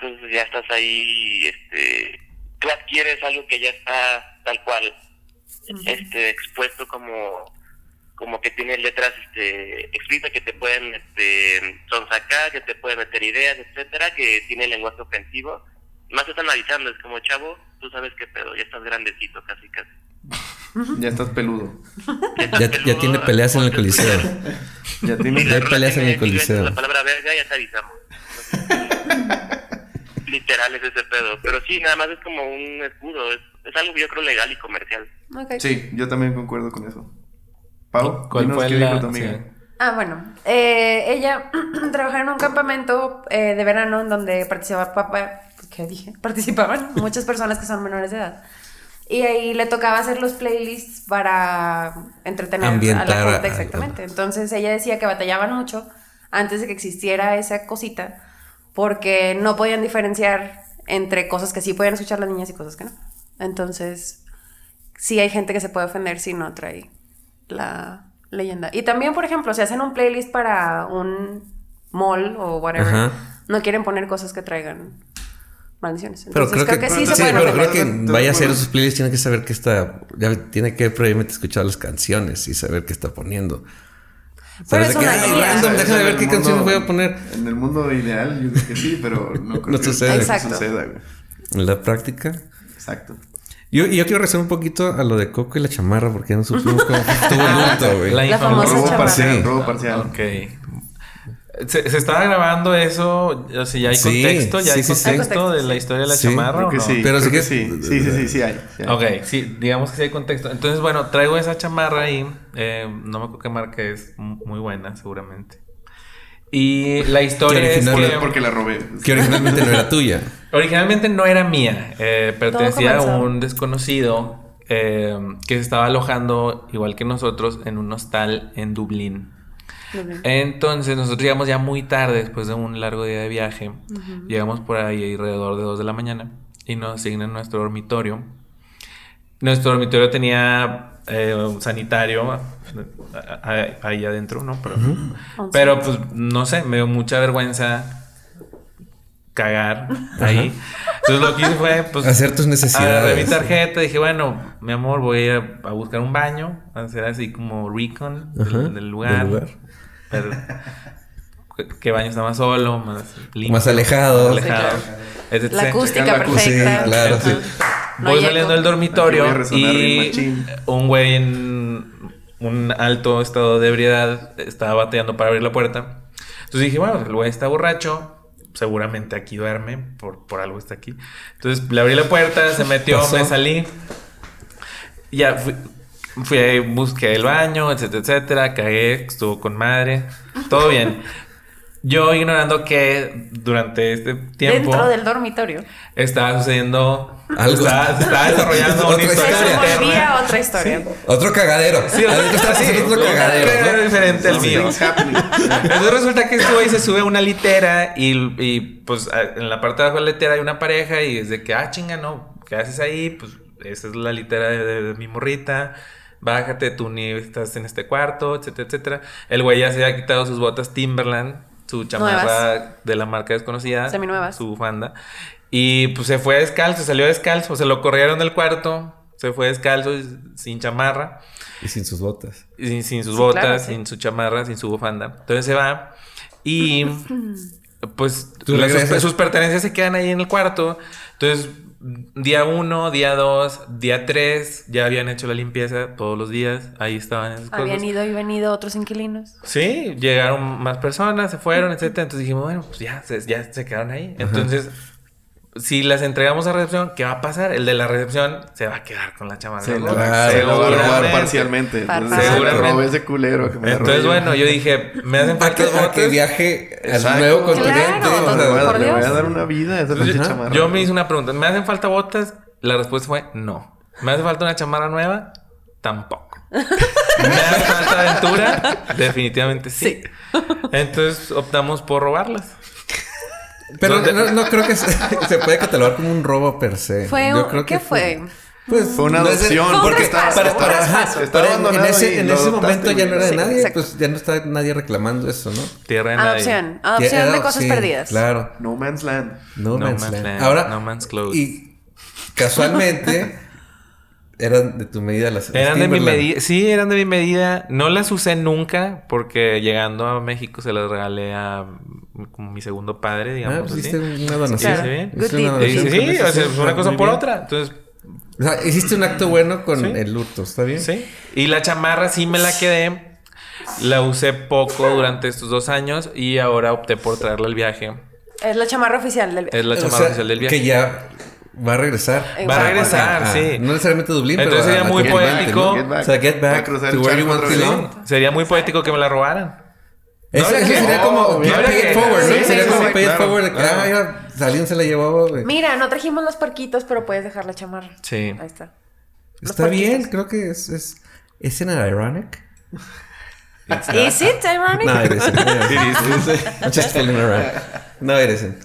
Entonces ya estás ahí, este, tú adquieres algo que ya está tal cual, este, expuesto como, como que tiene letras, este, explícitas que te pueden, este, sonsacar, que te pueden meter ideas, etcétera, que tiene lenguaje ofensivo. Más te están avisando, es como, chavo, tú sabes qué pedo, ya estás grandecito, casi casi. Ya estás peludo. Ya, ya tiene peleas en el coliseo. Pues Ya tienes... Ya hay peleas en el coliseo. La palabra verga ya te avisamos. Literal es ese pedo. Pero sí, nada más es como un escudo. Es, es algo yo creo legal y comercial. Ok. Sí, yo también concuerdo con eso. Pau, ¿Cuál dinos fue qué la- dijo tu amiga. sí. Ah, bueno. Eh, ella trabajaba en un campamento eh, de verano en donde participaba, papá, ¿qué dije? participaban muchas personas que son menores de edad. Y ahí le tocaba hacer los playlists para entretener a Ambientar la a- gente, exactamente. Entonces ella decía que batallaban mucho antes de que existiera esa cosita porque no podían diferenciar entre cosas que sí podían escuchar las niñas y cosas que no. Entonces, sí hay gente que se puede ofender si no trae la leyenda. Y también, por ejemplo, si hacen un playlist para un mall o whatever, Ajá. no quieren poner cosas que traigan maldiciones. Pero Entonces, creo, que, sí sí, se pueden pero ofender. creo que Te lo vaya a hacer juro. sus playlists, tiene que saber que está. Ya tiene que previamente escuchar las canciones y saber qué está poniendo. Saber es de una que, "Ay, guía". random, Eso déjame en ver el qué mundo- canciones voy a poner. En el mundo ideal, yo creo que sí, pero no creo No que sucede. que Exacto. suceda, güey. En la práctica. Exacto. Yo, yo quiero regresar un poquito a lo de Coco y la chamarra, porque ya no supimos cómo estuvo el luto, güey. La famosa infame- Robo chamarra. parcial, Sí. robo parcial. Ok. ¿Se, se estaba grabando eso? O sea, ¿ya hay Sí, contexto? ¿Ya sí, hay sí, sí. contexto, Hay contexto, de la sí. historia de la Sí, chamarra Creo o que no? sí. Pero creo sí que que- sí. Sí, sí, sí, sí hay. sí hay. Ok, sí, digamos que sí hay contexto. Entonces, bueno, traigo esa chamarra ahí. eh, no me acuerdo qué marca es. m- Muy buena, seguramente. Y la historia Qué es original. que Por- porque la robé. Que originalmente no era tuya. originalmente no era mía. eh, pertenecía a comenzó. un desconocido eh, que se estaba alojando, igual que nosotros, en un hostal en Dublín. Muy bien. Entonces nosotros llegamos ya muy tarde después de un largo día de viaje. Llegamos por ahí alrededor de 2 de la mañana y nos asignan nuestro dormitorio. Nuestro dormitorio tenía eh, un sanitario a- a- a- ahí adentro, ¿no? Pero, pero pues no sé, me dio mucha vergüenza cagar ahí. Entonces lo que hice fue pues Hacer tus necesidades. Agarré mi tarjeta y dije, bueno, mi amor, voy a ir a buscar un baño, a hacer así como recon del- Ajá, del, del lugar. lugar. Pero, ¿Qué baño está más solo, más limpio? Más alejado. más alejado, Sí, etc. La acústica Checar la perfecta. acústica, claro. Ajá. No voy hay saliendo eco. del dormitorio Aquí voy a resonar bien y machín. un güey en un alto estado de ebriedad estaba bateando para abrir la puerta. Entonces dije, bueno, el güey está borracho, seguramente aquí duerme, por, por algo está aquí. Entonces le abrí la puerta, se metió, Pasó. me salí. Ya fui, fui ahí, busqué el baño, etcétera, etcétera, cagué, estuvo con madre, todo bien. Yo ignorando que durante este tiempo Dentro del dormitorio. estaba sucediendo Algo. Estaba, estaba desarrollando Otra una Se historia historia. volvía alterna. otra historia. Otro cagadero. Sí, o sea, Adentro está sí, pasando otro un cagadero cagadero. ¿no? diferente al mío. Something's happening. Entonces resulta que este güey se sube a una litera y, y, pues a- en la parte de abajo de la litera hay una pareja y es de que, ah, chinga, no, ¿qué haces ahí? Pues esa es la litera de, de- de mi morrita, bájate, tú ni estás en este cuarto, etcétera, etcétera. El güey ya se había quitado sus botas Timberland, su chamarra de la marca desconocida, Seminuevas. su bufanda. Y pues se fue descalzo, salió descalzo, se lo corrieron del cuarto, se fue descalzo, y sin chamarra. Y sin sus botas. Y Sin, sin sus Sí, botas, claro, sí. sin su chamarra, sin su bufanda. Entonces se va y pues Tú las- sus, regresas. sus pertenencias se quedan ahí en el cuarto. Entonces día uno, día dos, día tres, ya habían hecho la limpieza todos los días, ahí estaban esas cosas. Habían ido y venido otros inquilinos. Sí, llegaron más personas, se fueron, etcétera. Entonces dijimos, bueno, pues ya, se, ya se quedaron ahí. Entonces, si las entregamos a recepción, ¿qué va a pasar? El de la recepción se va a quedar con la chamarra. Se ¿no? la va se la va a robar Seguramente. parcialmente. Entonces, Seguramente. me robé ese culero que me la Entonces, robé. bueno, yo dije, me hacen ¿Para falta qué, botas. para qué viaje al Exacto. nuevo continente? Claro, O sea, Le voy a- por le voy a Dios. dar una vida a esa Entonces, pinche chamarra. yo me hice una pregunta, ¿me hacen falta botas? La respuesta fue no. ¿Me hace falta una chamarra nueva? Tampoco. ¿Me hace falta aventura? Definitivamente sí. Entonces optamos por robarlas. Pero no, no creo que se, se puede catalogar como un robo per se. Fue Eh, Yo un- creo ¿qué fue? Pues Fue una no es de- adopción, Fue un porque traspaso, estaba, un estaba- traspaso. estaba Pero en- en abandonado y ese, en lo ese adoptaste, momento ya no era de Sí, nadie, exacto. pues ya no está nadie reclamando eso, ¿no? Tierra de nadie. Adopción. Ya Adopción era- de cosas sí, perdidas. Claro. No Man's Land. No, No Man's Man's Land. Land, Ahora, No Man's Clothes. Y casualmente eran de tu medida las. las Eran de mi Timberland. medida. Sí, eran de mi medida. No las usé nunca porque llegando a México se las regalé a mi- como mi segundo padre, digamos. Ah, pues así. hiciste una donación. Sí, sí, bien. Hiciste una Good Y dije, donación con sí, eso, o sea, sí, pues, es una muy cosa por bien. otra. Entonces, O sea, hiciste un acto bueno con Sí. el hurto, ¿está bien? sí. Y la chamarra sí me la quedé. La usé poco durante estos dos años y ahora opté por traerla al viaje. Es la chamarra oficial del Es la O chamarra sea, oficial del viaje. Que ya va a regresar. Va a regresar, Ajá. sí. No necesariamente a Dublín, Entonces pero. a- sería a muy Get Get back, poético. ¿no? Get Back. back. O sea, get Va a back cruzar el to where charco you want to otra vez. belong. Sería muy poético que me la robaran. Eso, No, eso no, sería no, como no, no, pay it no, forward, sí, ¿no? Sería sí, como sí, pay it claro, forward. de que, claro. Ah, ya, Salim se la llevó, güey. Mira, no trajimos los porquitos, pero puedes dejar la chamarra. Sí. Ahí está. los Está bien, parquitos. creo que es. es ¿Es en ironic? ¿Is it ironic? No, it isn't. I'm just fooling around. No, it isn't.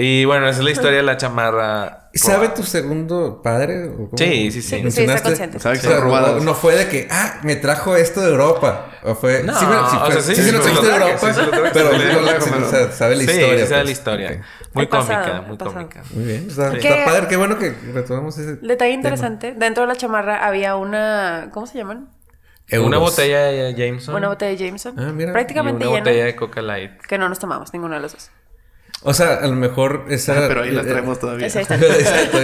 Y bueno, esa es la historia de la chamarra. ¿Sabe tu segundo padre? o cómo Sí, Sí, sí, sí. sí, está mencionaste? consciente. Sabe que O sea, son robadas. No fue de que, ah, me trajo esto de Europa. O fue. No, sí, me- sí, o fue- sea, sí, sí se lo sí, trajiste lo de traje, Europa. sí, se lo traje, Pero sí, no lo la- traje, o sea, pero- sabe la Sí, historia. esa es pues. la historia. Ok. Muy El pasado, cómica, el muy pasado. cómica. Muy bien. Está, Que- está padre, qué bueno que retomamos ese. Detalle tema. interesante. Dentro de la chamarra había una... ¿Cómo se llaman? Euros. Una botella de Jameson. Una botella de Jameson. Ah, mira. y una Prácticamente llena. botella de Coca Light. Que no nos tomamos, ninguno de los dos. O sea, a lo mejor Ah, esa. Ah, Pero ahí las eh, traemos todavía. Esa está. Exacto.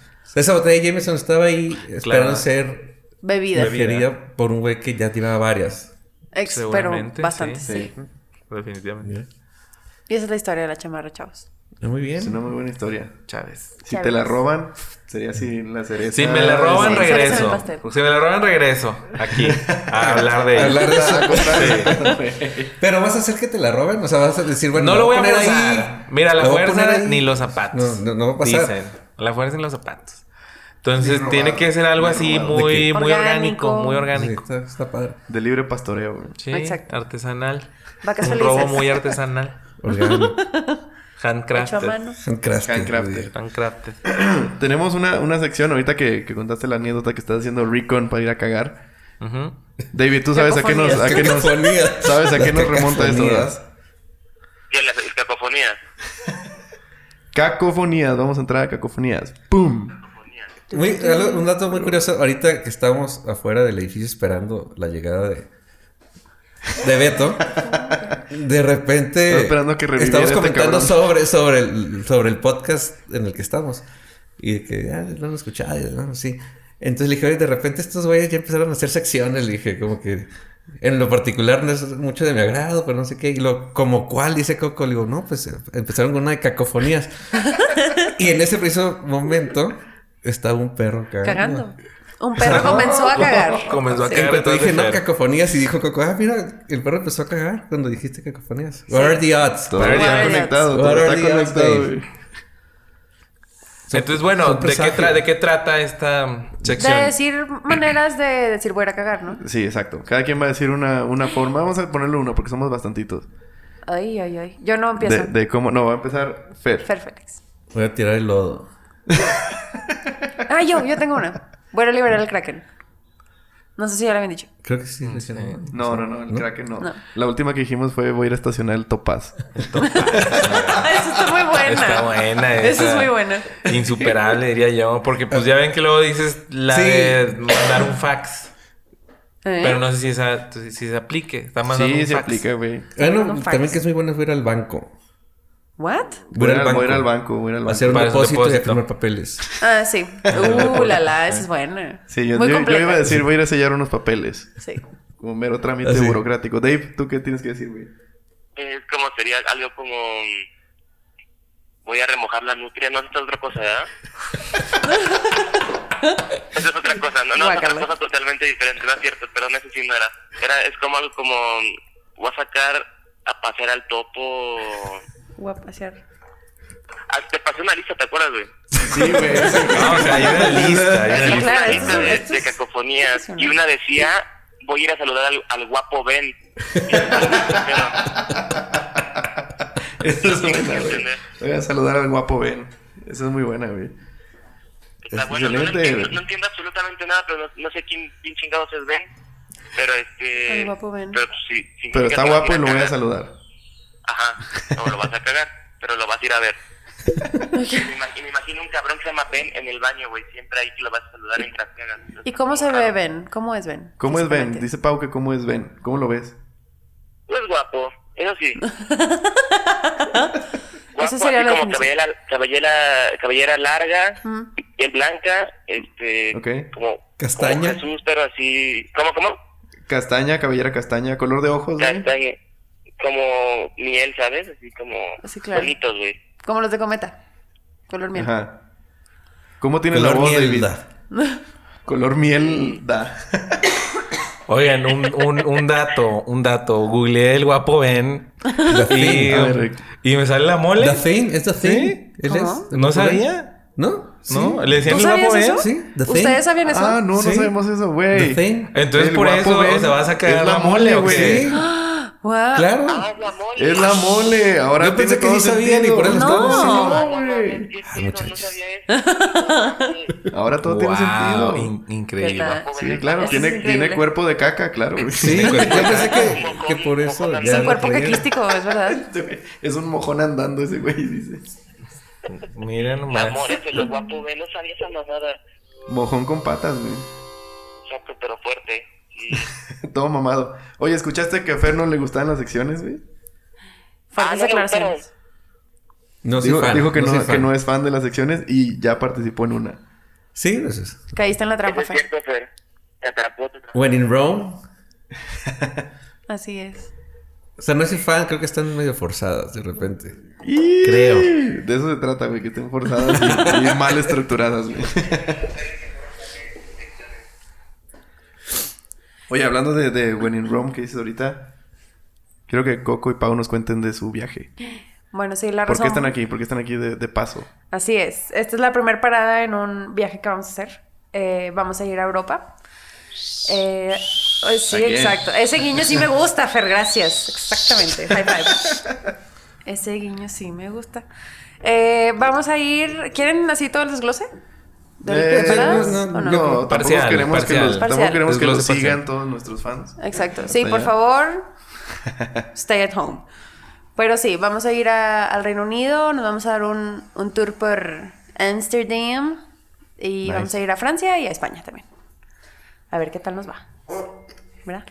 Esa botella de Jameson estaba ahí esperando Claro. ser Bebida. Bebida. referida por un güey que ya tiraba varias. Ex- pero Seguramente, bastante, sí. Sí. definitivamente. Mira. Y esa es la historia de la chamarra, chavos. Ah, Muy Es bien. una muy buena historia. Chávez. Si Ya te la ves. roban, sería así la cereza. Si Ah, me la roban, Sí, cereza en el regreso. pastel. Si me la roban, regreso. Aquí. A hablar de A ello. hablar de eso. Sí. Pero vas a hacer que te la roben, o sea, vas a decir, bueno, no lo voy a poner forzar. Mira, la lo voy a fuerza poner ahí. ni los zapatos. No, no, no va a pasar. Dicen, la fuerza ni los zapatos. Entonces Bien tiene robado, que ser algo bien así robado. ¿De muy, qué? muy orgánico, Orgánico. muy Sí, orgánico. está, está padre. De libre pastoreo, güey. Sí, Exacto. artesanal. Vacas Un felices. robo muy artesanal. Orgánico. Hecho a Handcrafted. mano. Handcrafted. Handcrafted. Handcrafted. Tenemos una, una sección ahorita que, que contaste la anécdota que estás haciendo Recon para ir a cagar. Ujú. David, tú sabes a qué nos, a qué nos, Cacofonías. ¿Sabes a qué Las nos remonta esto, cacofonías. Y la cacofonía. Cacofonías, vamos a entrar a cacofonías. ¡Pum! Muy- algo- un dato muy curioso, ahorita que estamos afuera del edificio esperando la llegada de, de Beto, de repente Estaba esperando que reviviera estamos este comentando cabrón. sobre, sobre, el, sobre el podcast en el que estamos. Y de que ah, no lo escuchaba, y, no, sí. Entonces le dije, oye, de repente estos güeyes ya empezaron a hacer secciones, le dije, como que en lo particular no es mucho de mi agrado, pero no sé qué. Y lo, como cuál, dice Coco, le digo, no, pues eh, empezaron con una de cacofonías. Y en ese preciso momento estaba un perro cagando. Cagando. Un perro comenzó a cagar. Comenzó a Sí. cagar. Cuando detrás dije, de no, Fer. cacofonías. Y dijo Coco, ah, mira, el perro empezó a cagar cuando dijiste cacofonías. What are the odds? Todo What está are the conectado, odds? todo What are está the odds, conectado, Dave? güey. Entonces, bueno, Son ¿de qué, presagios. tra- ¿de qué trata esta De sección? decir maneras de decir voy a ir a cagar, ¿no? Sí, exacto. Cada quien va a decir una, una forma. Vamos a ponerle uno porque somos bastantitos. Ay, ay, ay. Yo no empiezo. De, de cómo. No, va a empezar Fer. Fer Félix. Voy a tirar el lodo. Ah, yo, yo tengo una. Voy a liberar al Kraken. No sé si ya lo habían dicho. Creo que sí. le hicieron- No, no, no, el Kraken no. No. La última que dijimos fue voy a ir a estacionar el Topaz. Eso está muy buena. Está buena. Eso esa. es muy buena. Insuperable, diría yo. Porque pues ya ven que luego dices la Sí. de mandar un fax. ¿Eh? Pero no sé si, esa, si se aplique. Está mandando sí, un se fax. aplica, güey. Ah, no, Un fax. también que es muy bueno fue ir al banco. ¿What? Voy a ir al- voy a ir al banco, voy a ir al A Hacer un Para hacer un depósito y a depósito. firmar papeles. Ah, sí. Uh, la la, esa es buena. Sí, yo, muy yo- yo completa. iba a decir voy a ir a sellar unos papeles. Sí. Como mero trámite Ah, sí. burocrático. Dave, ¿tú qué tienes que decir, güey? Es como sería algo como. mm, Voy a remojar la nutria, no, esa es otra cosa, ¿verdad? Esa es otra cosa, no, no, es otra Guácala. cosa totalmente diferente, no es cierto, pero no sé si no era. era. Es como algo como. mm, Voy a sacar a pasear al topo. Voy a pasear. Ah, Te pasé una lista, ¿te acuerdas, güey? Sí, güey. No, Ah, o sea, hay una lista. hay una Sí, Una lista. claro, lista esto- de, esto de es- cacofonías. esto es Y una decía, voy a ir a saludar al, al guapo Ben. Pero, Esa es buena, güey. Entender. Voy a saludar al guapo Ben. Esa es muy buena, güey. está Es bueno, no, excelente, entiendo, güey. no entiendo absolutamente nada, pero no, no sé quién, quién chingados es Ben. Pero este... Al guapo Ben. Pero, pues, sí, significa Pero está que vas guapo y ir lo voy a cagar. saludar. Ajá, no, lo vas a cagar, pero lo vas a ir a ver. Y me, imag- y me imagino un cabrón que se llama Ben en el baño, güey. Siempre ahí que lo vas a saludar mientras cagas. ¿Y cómo se Claro. ve Ben? ¿Cómo es Ben? ¿Cómo es Ben? Físicamente. Dice Pau que cómo es Ben. ¿Cómo lo ves? Pues guapo, eso sí. Esa sería así la como definición. cabellera, cabellera, cabellera larga, Mm. piel blanca, este, Ok. como Castaña. como Jesús, pero así, ¿cómo, cómo? Castaña, cabellera castaña, color de ojos, güey. Castaña, como miel, ¿sabes? Así como Ah, Sí, claro. bonitos, güey. Como los de Cometa. Color miel. Ajá. ¿Cómo tiene Color la voz, miel David? da. Color miel da. Oigan, un, un- un dato, un dato. Googleé el guapo Ben. The Y, Thing. A ver, y me sale la mole. The Thing. ¿Es The Thing? ¿Sí? ¿Él ¿Cómo? es? ¿No sabía? ¿No? Sí. ¿No? Le decían ¿Tú el guapo sabías Ben. eso? Sí, The Thing. ¿Ustedes sabían eso? Ah, no, no Sí. sabemos eso, güey. The Thing. Entonces, El por guapo eso Ben se vas a es cagar la mole, mole, güey. Sí. Wow. Claro. Ah, es la mole. Es la mole. Ahora Yo pensé tiene todo que sí sabían sentido. y por eso No. estaba diciendo. Ah, No, no güey. mames, ¿qué es Ay, eso? No muchachos. sabía eso. Ahora todo tiene Wow, sentido. in- increíble. ¿Qué tal? Sí, claro, Eso es tiene, increíble. tiene cuerpo de caca, claro. güey. Sí, yo pensé que, que por eso Es Es ya un lo cuerpo traía. caquístico, es verdad. Este güey, Es un mojón andando ese güey, dice. Mira nomás. La mole, se lo guapo, güey. No sabía esa mamada. Mojón con patas, güey. Exacto, pero fuerte. Sí. Todo mamado. Oye, ¿escuchaste que a Fer no le gustaban las secciones, güey? Ah, Fuertes no le declaraciones. No soy Dijo, fan, dijo que, no, soy que fan. no es fan de las secciones y ya participó en una. Sí, eso es. Caíste en la Eso trampa, es Fer. cierto, Fer. Te atrapó, te atrapó. When in Rome, Así es. O sea, no es fan, creo que están medio forzadas de repente. Creo. De eso se trata, güey, que estén forzadas y, y mal estructuradas, güey. Oye, hablando de, de When in Rome que dices ahorita, quiero que Coco y Pau nos cuenten de su viaje. Bueno, sí, la ¿Por razón. qué están aquí? ¿Por qué están aquí de, de paso? Así es. Esta es la primera parada en un viaje que vamos a hacer. Eh, vamos a ir a Europa. Eh, oh, sí, Again. exacto. Ese guiño sí me gusta, Fer, gracias. Exactamente. High five. Ese guiño sí me gusta. Eh, vamos a ir. ¿Quieren así todo el desglose? ¿Del- Eh, de paradas no, o no, No, no. tampoco Parcial, queremos que parcial. los, tampoco Parcial. queremos que los Desglose parcial. sigan todos nuestros fans. Exacto. Sí, Hasta por allá. favor, stay at home. Pero sí, vamos a ir a- al Reino Unido, nos vamos a dar un, un tour por Amsterdam y Nice. vamos a ir a Francia y a España también. A ver qué tal nos va. ¿Verdad?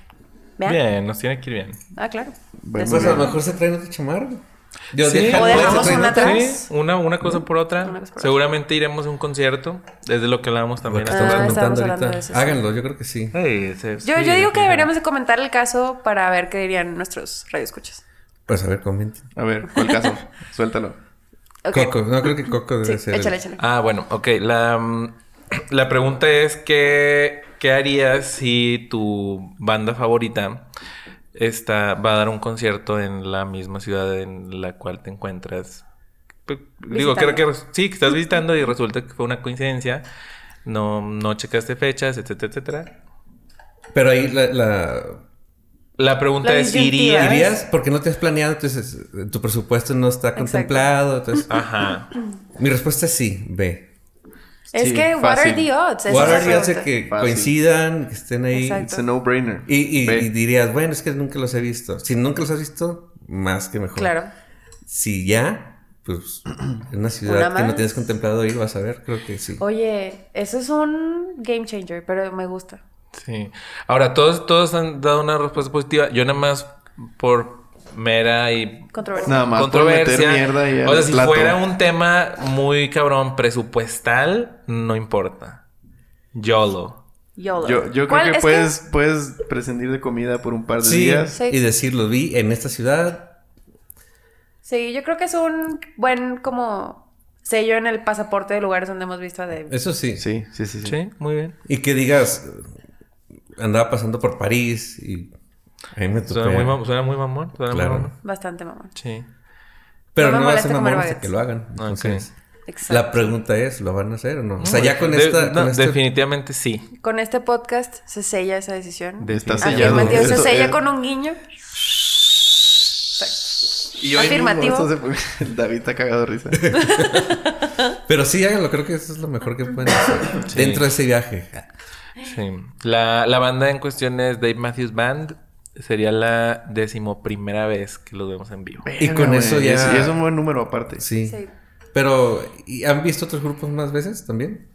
¿Vean? Bien, nos tiene que ir bien. Ah, claro. Bueno, Ya Pues a saben. lo mejor se traen otra chamarra. Yo Sí. dejando- O dejamos se traen una otra. atrás. Sí, una, una cosa por otra. Una cosa por Seguramente iremos a un concierto. Desde lo que hablábamos Lo que también. estamos Ah, hace- estábamos comentando hablando ahorita. de eso, sí. Háganlo, yo creo que sí. Sí, sí, Yo, sí, yo digo que sí. deberíamos de comentar el caso para ver qué dirían nuestros radioescuchas. Pues a ver, comenten. A ver, ¿cuál caso? Suéltalo. Ok. Coco, no creo que Coco Sí, debe ser. el- échale, échale. Ah, bueno, ok. La, mm, la pregunta es que, ¿qué harías si tu banda favorita está, va a dar un concierto en la misma ciudad en la cual te encuentras? P- Digo, creo que res- sí, que estás visitando y resulta que fue una coincidencia. No, no checaste fechas, etcétera, etcétera. Pero ahí la, la- La pregunta La es, disyuntiva. ¿irías? irías porque no te has planeado, entonces eh, tu presupuesto no está contemplado. Entonces, Ajá. mi respuesta es sí, ve. Es Sí, que, what are fácil. the odds? Esa es What la are the odds de pregunta. que Fácil. coincidan, que estén ahí. Exacto. It's a no-brainer. Y, y- Ve. y dirías, bueno, es que nunca los he visto. Si nunca los has visto, más que mejor. Claro. Si ya, pues en una ciudad Una que no más. tienes contemplado ir, vas a ver, creo que sí. Oye, eso es un game changer, pero me gusta. Sí. Ahora, todos, todos han dado una respuesta positiva. Yo nada más por mera y Controversia. Nada más por meter controversia. mierda y o sea, si fuera un tema muy cabrón presupuestal, no importa. YOLO. YOLO. Yo, yo ¿Cuál creo que es puedes, puedes prescindir de comida por un par de Sí, días. Sí. y decir, los vi en esta ciudad. Sí, yo creo que es un buen como sello en el pasaporte de lugares donde hemos visto a Dave. Eso sí. Sí, sí, sí. sí. Sí, muy bien. Y que digas, andaba pasando por París y ahí me topé. Suena muy, mam- suena muy mamón. Suena muy Claro. mamón. Bastante mamón. Sí. Pero No no, me va a molesta ser comer mamón hasta baguettes. que lo hagan. Entonces, Exacto. la pregunta es, ¿lo van a hacer o no? O sea, No, ya con de- esta... no, con este- Definitivamente sí. Con este podcast se sella esa decisión. De está Afirmativo, sellado. Afirmativo, se Esto- sella eh, con un guiño. Exacto. y hoy mismo afirmativo. esto se fue- el David está cagado de risa. Pero sí, háganlo. Creo que eso es lo mejor que pueden hacer. Sí. Dentro de ese viaje. Sí. La, la banda en cuestión es Dave Matthews Band. Sería la decimoprimera vez que los vemos en vivo. Y con Verga, eso güey, ya- Es, y es un buen número aparte. Sí. Sí. Pero, ¿y ¿han visto otros grupos más veces también?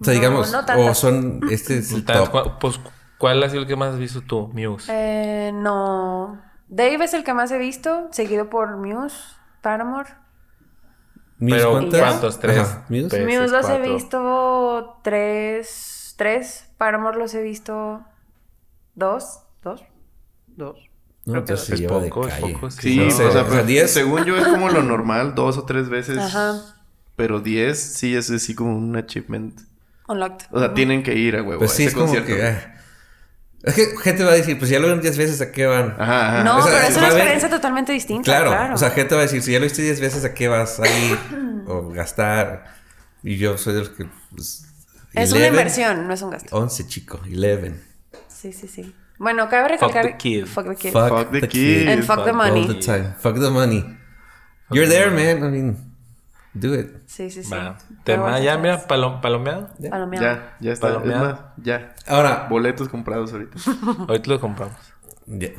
O sea, No, digamos, no tantas. o son... Este es el Tan- top. cua- pues, ¿Cuál ha sido el que más has visto tú, Muse? Eh, no. Dave es el que más he visto, seguido por Muse, Paramore. ¿Muse Pero, cuántas? ¿cuántos? Tres. Ajá, ¿Muse? Tres. Muse los he cuatro. visto tres, tres. Paramore los he visto dos, dos, dos. No, entonces se Es lleva de poco, es calle. poco, pues sí. Sí, No, o sé, sea, o pero sea, 10. según yo es como lo normal, dos o tres veces. Ajá. Pero 10 sí es así como un achievement. Unlocked. O sea, tienen que ir a huevo. Pues a sí, ese es como concierto. que... ah. Es que gente va a decir, pues ya lo vieron 10 veces, ¿a qué van? Ajá, ajá. No, O sea, pero es va una a haber- experiencia totalmente distinta. Claro, Claro, o sea, gente va a decir, si ya lo viste 10 veces, ¿a qué vas a ir o gastar? Y yo soy de los que... pues, es 11, una inversión, no es un gasto. 11, chico, 11. Sí, sí, sí. Bueno, cabe recalcar... the kid. Fuck the kid. Fuck the kid. And fuck the All money. the time. Fuck the money. You're there, man. I mean, do it. Sí, sí, sí. Va. Pero Tema, bueno, ya, atrás. mira, palo- palomeado. A lo mío. Ya, ya está. Es Palomeado. más, ya. Ahora, Boletos comprados ahorita. Ahorita lo compramos. ya.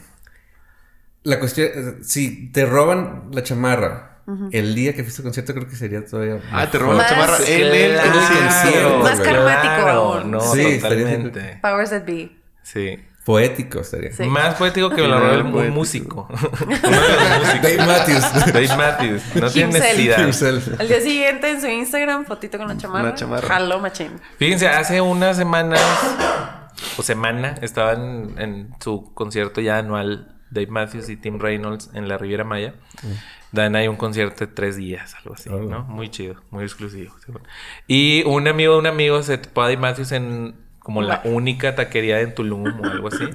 la cuestión, eh, si te roban la chamarra el día que fuiste al concierto, creo que sería todavía... Ah, te roban roban la Más- chamarra en el, en el Claro, concierto. Más güey. karmático Claro, aún. No, Sí, estaría- totalmente. Powers that be. Sí. Poético sería. Sí. Más poético que me lo Sí, robe poético. un músico. Uno de los Dave Matthews. músicos. Dave Matthews. No tiene Himself. necesidad. Himself. Al día siguiente en su Instagram, fotito con la chamarra. Una chamarra. Hello, machín. Fíjense, hace unas semanas o semana estaban en su concierto ya anual Dave Matthews y Tim Reynolds en la Riviera Maya. Dan ahí un concierto de tres días, algo así, Mm. Órale. ¿no? Muy chido, muy exclusivo. seguro. Y un amigo de un amigo se topó a Dave Matthews en como la única taquería en Tulum o algo así.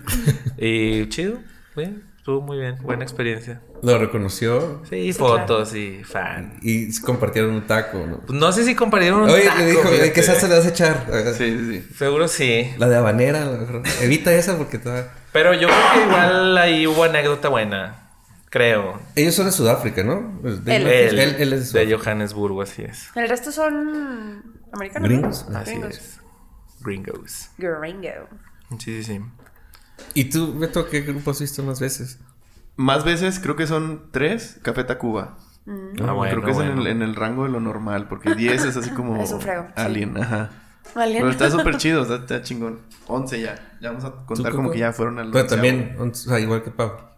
y chido, bien, estuvo muy bien, buena experiencia. Lo reconoció Sí, Sí, fotos y fan. y compartieron un taco, ¿no? Pues no sé si compartieron un Oye, taco, le dijo, fíjate. ¿qué salsa le vas a echar? Sí, sí, sí. Seguro sí. La de habanera. a lo mejor. Evita esa porque te va- Pero yo creo que igual ahí hubo anécdota buena. Creo. Ellos son de Sudáfrica, ¿no? El de- Él. Él, él- él es de de Sudáfrica. Johannesburgo, así es. El resto son americanos. Gringos. ¿no? Así Gringos. es. Gringos. Ah, Gringo. Sí, sí, sí. ¿Y tú, Beto, qué grupo has visto más veces? Más veces creo que son tres Café Tacuba. Ah, bueno, creo que es en, bueno. el, en el rango de lo normal, porque 10 es así como Es un frego, sí. alien, ajá. Alien. Pero está súper chido, está, está chingón. 11 ya. Ya vamos a contar ¿Tú, como Coco? que ya fueron al Pero onceavo. también, o sea, igual que Pablo.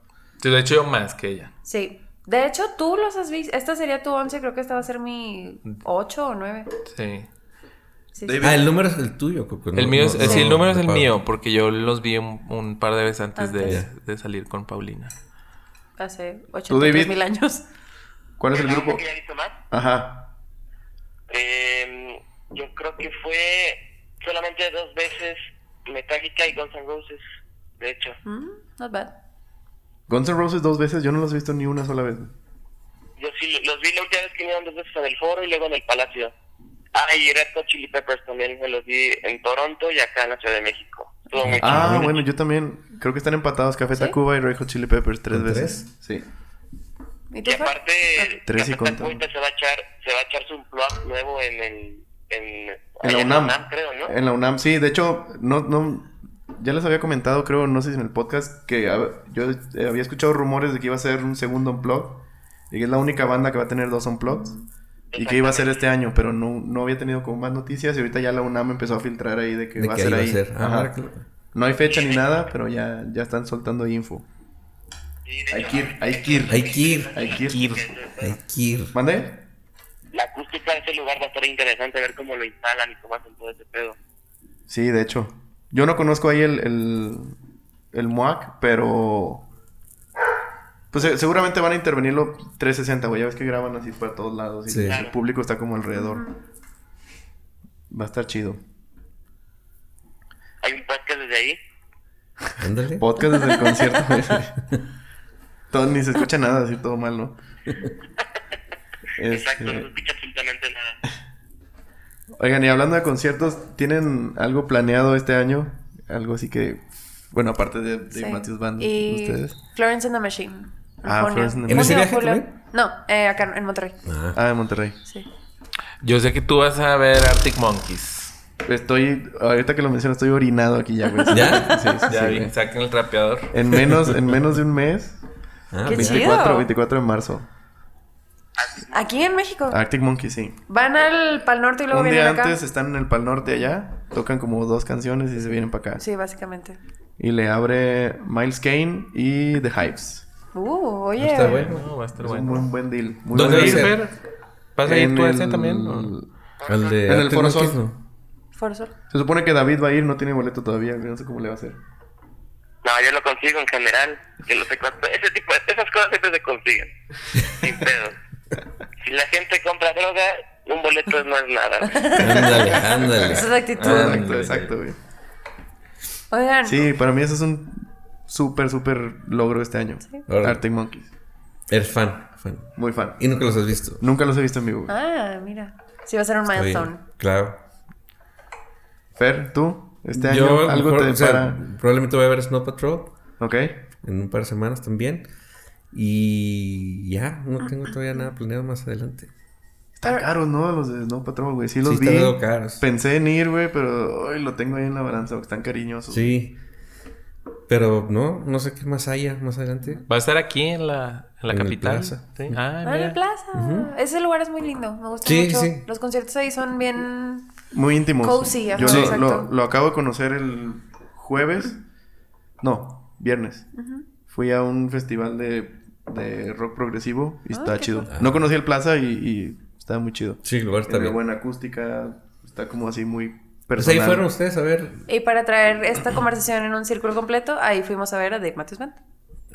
Sí, de hecho, yo más que ella. Sí. De hecho, tú los has visto. Esta sería tu 11, creo que esta va a ser mi 8 o 9. Sí. Sí, David. Ah, el número es el tuyo, Coco. El mío es, no, sí, el no, número es de el Pablo. mío, porque yo los vi un, un par de veces antes, de, Antes. de salir con Paulina. sí. Hace David? 83 mil años. ¿Cuál es el ¿Algo grupo? que haya visto más? Ajá. Eh, yo creo que fue solamente dos veces Metallica y Guns N' Roses, de hecho. Mm, not bad. Guns N' Roses dos veces, yo no los he visto ni una sola vez. Yo sí lo- los vi la última vez que vinieron dos veces en el foro y luego en el Palacio. Ah, y Red Hot Chili Peppers también me los vi en Toronto y acá en la Ciudad de México. Estuvo muy Ah, chido. bueno, yo también. Creo que están empatados Café Tacuba y Red Hot Chili Peppers tres ¿Con veces. Sí. ¿Y tú, Y Fer? aparte, Tres y Café contando. Tacuba se va a echar, se va a echar su blog nuevo en el... En, En la allá UNAM. creo, ¿no? En la UNAM, sí. De hecho, no, no, ya les había comentado, creo, no sé si en el podcast, que a- yo eh, había escuchado rumores de que iba a ser un segundo unplug. Y que es la única banda que va a tener dos unplugs. Y que iba a ser este año, pero no, no había tenido como más noticias. Y ahorita ya la UNAM empezó a filtrar ahí de que De va a que ser iba a ahí. ser. Ah, Ajá. claro. No hay fecha ni nada, pero ya, ya están soltando info. Sí, de Hay hecho, que ir, hay que ir. Hay que ir. Hay que ir. Hay que ir. ¿Mande? La acústica de ese lugar va a estar interesante ver cómo lo instalan y cómo hacen todo ese pedo. Sí, de hecho. Yo no conozco ahí el, el, el MUAC, pero. Pues eh, seguramente van a intervenir los 360, güey. Ya ves que graban así para todos lados y Sí. el público está como alrededor. Va a estar chido. Hay un podcast desde ahí. Ándale. Podcast desde el concierto, güey. Todo- ni se escucha nada, así todo mal, ¿no? Exacto, no se Este, escucha absolutamente nada. oigan, y hablando de conciertos, ¿tienen algo planeado este año? Algo así que. Bueno, aparte de, de Sí. Matthews Band, y ¿ustedes? Florence and the Machine. Ah, Junio. Florence and the ¿En ese Junio, viaje julio. también? No, eh, acá en Monterrey. Ah. Ah, de Monterrey. Sí. Yo sé que tú vas a ver Arctic Monkeys. Estoy, ahorita que lo menciono, estoy orinado aquí ya, güey. ¿Ya? Sí, sí, Ya Ah, sí, vi, güey. saquen el trapeador. En menos, en menos de un mes, Ah, Qué 24, chido. 24 de marzo. Aquí en México. Arctic Monkey, sí. Van al Pal Norte y luego Ah. un vienen día acá. antes están en el Pal Norte allá, tocan como dos canciones y se vienen para acá. Sí, básicamente. Y le abre Miles Kane y The Hypes. Uh, oye. Está bueno. No, va a estar Es un bueno. buen, buen deal. Muy ¿Dónde buen va a deal. ser? Fer? ¿Vas a ir En tú a ese el- también? o? Al de En el Arctic Foro Sol. Monkeys, ¿no? Forzo. Se supone que David va a ir, no tiene boleto todavía, güey, no sé cómo le va a hacer. No, yo lo consigo en general. Que los secuestro- Ese tipo de esas cosas siempre se consiguen. Sin pedo. Si la gente compra droga, un boleto no es nada. güey. Ándale, ándale. Esa es la actitud. Ah. Exacto, exacto, güey. Oigan, Sí, para mí eso es un súper, súper logro este año. Órale. Arctic Monkeys. Eres fan, fan. Muy fan. Y nunca los has visto. Nunca los he visto en vivo. güey. Ah, mira. Sí, va a ser un Oye, milestone. Claro. Fer, tú, este año Yo a lo algo mejor, te o sea, para. probablemente voy a ver Snow Patrol Ok. en un par de semanas también. Y ya, no tengo todavía nada planeado más adelante. Están Pero- caros, ¿no? Los de Snow Patrol, güey. Sí los sí, vi. están algo caros. Pensé en ir, güey, pero hoy lo tengo ahí en la balanza, porque están cariñosos. Sí. Pero no, no sé qué más haya más adelante. Va a estar aquí en la, en la En el capital. Plaza. Sí. Ah, Ah, en la mira. plaza. Ese lugar es muy lindo. Me gusta Sí, mucho. sí. Los conciertos ahí son bien. Muy íntimos. Cozy, ajá, Yo lo, exacto. lo- lo acabo de conocer el jueves. No, viernes. Fui a un festival de, de rock progresivo y Ah, está qué chido. cool. No conocí el plaza y, y estaba muy chido. Sí, el lugar está Tiene bien. buena acústica, está como así muy Pues ahí personal. fueron ustedes a ver. Y para traer esta conversación en un círculo completo, ahí fuimos a ver a Dave Matthews Band.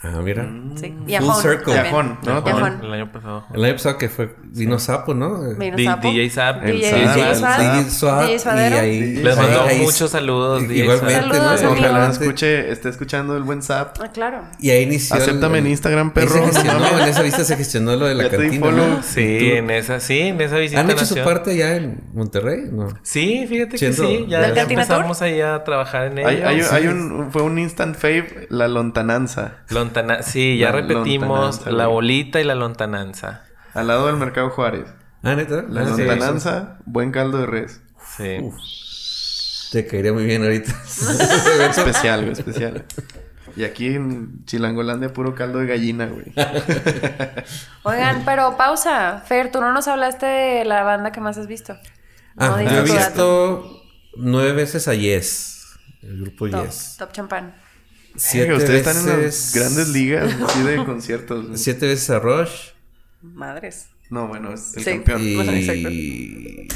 Ah, mira. Sí. Mm. Y a Full Hon circle. también. Y a Hon, ¿no? Y a También. Hon. El año pasado. El año pasado que fue vino Sapo, ¿no? Vino Di- Sapo. DJ Zap. El DJ, Zap, DJ el Suad, Zap. DJ y Suadero. ahí- Les mando ahí- muchos saludos, DJ Igualmente, Zap. ¿no? Saludos, amigo. Ojalá Igualmente. escuche, esté escuchando el buen Zap. Ah, claro. Y ahí inició. el- Acéptame en el- Instagram, ahí se perro. no gestionó, mames. en esa vista se gestionó lo de la Ya te di cantina. follow. ¿no? Sí, en esa, sí, en esa visita. ¿Han hecho su nació. parte ya en Monterrey? No. Sí, fíjate Siendo- que sí. Ya ¿Del Cantina empezamos ahí a trabajar en ello. Hay, hay- Sí. hay un, fue un instant fave, la lontananza, Lontana- sí, ya La repetimos lontananza, la güey. bolita y la lontananza. al lado del Mercado Juárez. Ah, neta. La Ah, sí. lontananza, buen caldo de res. Sí. Te caería muy bien ahorita. Especial, güey, especial. Y aquí en Chilangolandia, puro caldo de gallina, güey. Ah, Oigan, pero pausa. Fer, tú no nos hablaste de la banda que más has visto. Ah, diste yo he tu dato. visto nueve veces a Yes. El grupo Top, Yes. Top Champán. Siete Ustedes están en las veces- grandes ligas así de conciertos. güey. Siete veces a Rush. Madres. No, bueno, es el Sí. campeón. Bueno, exacto. Y.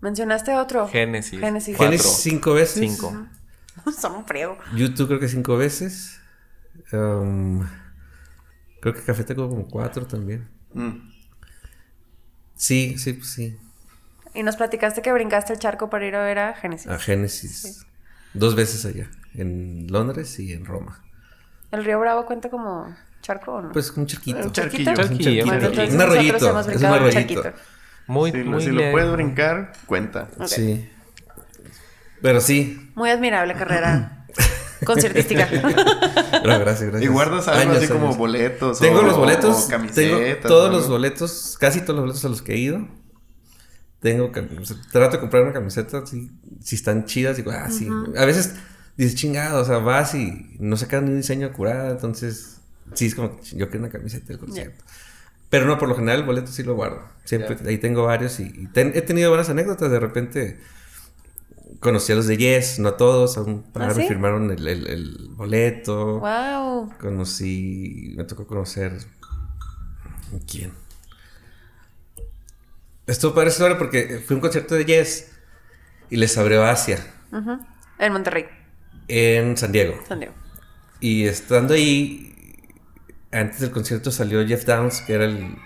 Mencionaste otro. Génesis. Génesis. Cuatro. Genesis cinco veces. Cinco. Son un friego. YouTube creo que cinco veces. Em, creo que Café Tacuba como cuatro también. Mm. Sí, sí, pues sí. Y nos platicaste que brincaste el charco para ir a ver a Génesis. A Génesis. Dos veces allá. En Londres y en Roma. ¿El río Bravo cuenta como charco o no? Pues un chiquito. Eh, Un charquito. charquillo. Charquillo, Un Bueno, charquillo. entonces charquillo. Un nosotros arroyito, hemos es un brincado el arroyito. charquito. Muy, Sí, lo- muy si lo leve. puedes brincar, cuenta. Ok. Sí. Pero sí. Muy admirable carrera conciertística. Pero gracias, gracias. Y guardas algo así Años, como años. boletos. Tengo o- los boletos. o tengo camisetas. todos o los algo. boletos. Casi todos los boletos a los que he ido. Tengo cam- o sea, trato de comprar una camiseta si, si están chidas. Digo, ah, sí. A veces dices, chingado, o sea, vas y no sacan ni un diseño curado. Entonces, sí, es como, yo quiero una camiseta del concierto. Pero no, por lo general el boleto sí lo guardo. Siempre, ahí tengo varios y, y ten- he tenido buenas anécdotas. De repente conocí a los de Yes, no a todos, a un par sí? me firmaron el, el- el boleto. wow. Conocí, me tocó conocer. ¿Quién? Estuvo padre esa historia porque fue un concierto de Yes y les abrió Asia Ujú. En Monterrey, en San Diego. San Diego. Y estando ahí, antes del concierto salió Jeff Downs, que era el.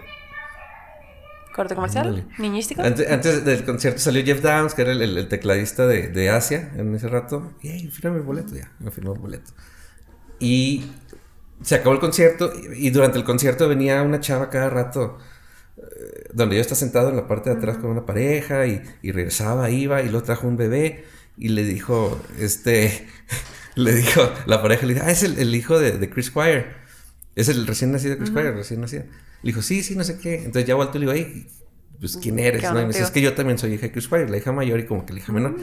Corte comercial, Ándale. niñístico. Antes, antes del concierto salió Jeff Downs, que era el, el- el tecladista de, de Asia en ese rato. Y ahí, el boleto ya, me firmó el boleto. Y se acabó el concierto y, y durante el concierto venía una chava cada rato eh, donde yo estaba sentado en la parte de atrás con una pareja y, y regresaba, iba y luego trajo un bebé y le dijo, este, le dijo, la pareja le dijo, ah, es el, el hijo de, de Chris Squire, es el recién nacido Chris Squire, recién nacido. Le dijo, sí, sí, no sé qué. Entonces ya vuelto y le digo, "Ey, pues quién eres, ¿Qué ¿no? onda, Y me dice, tío? es que yo también soy hija de Chris Squire, la hija mayor y como que la hija menor.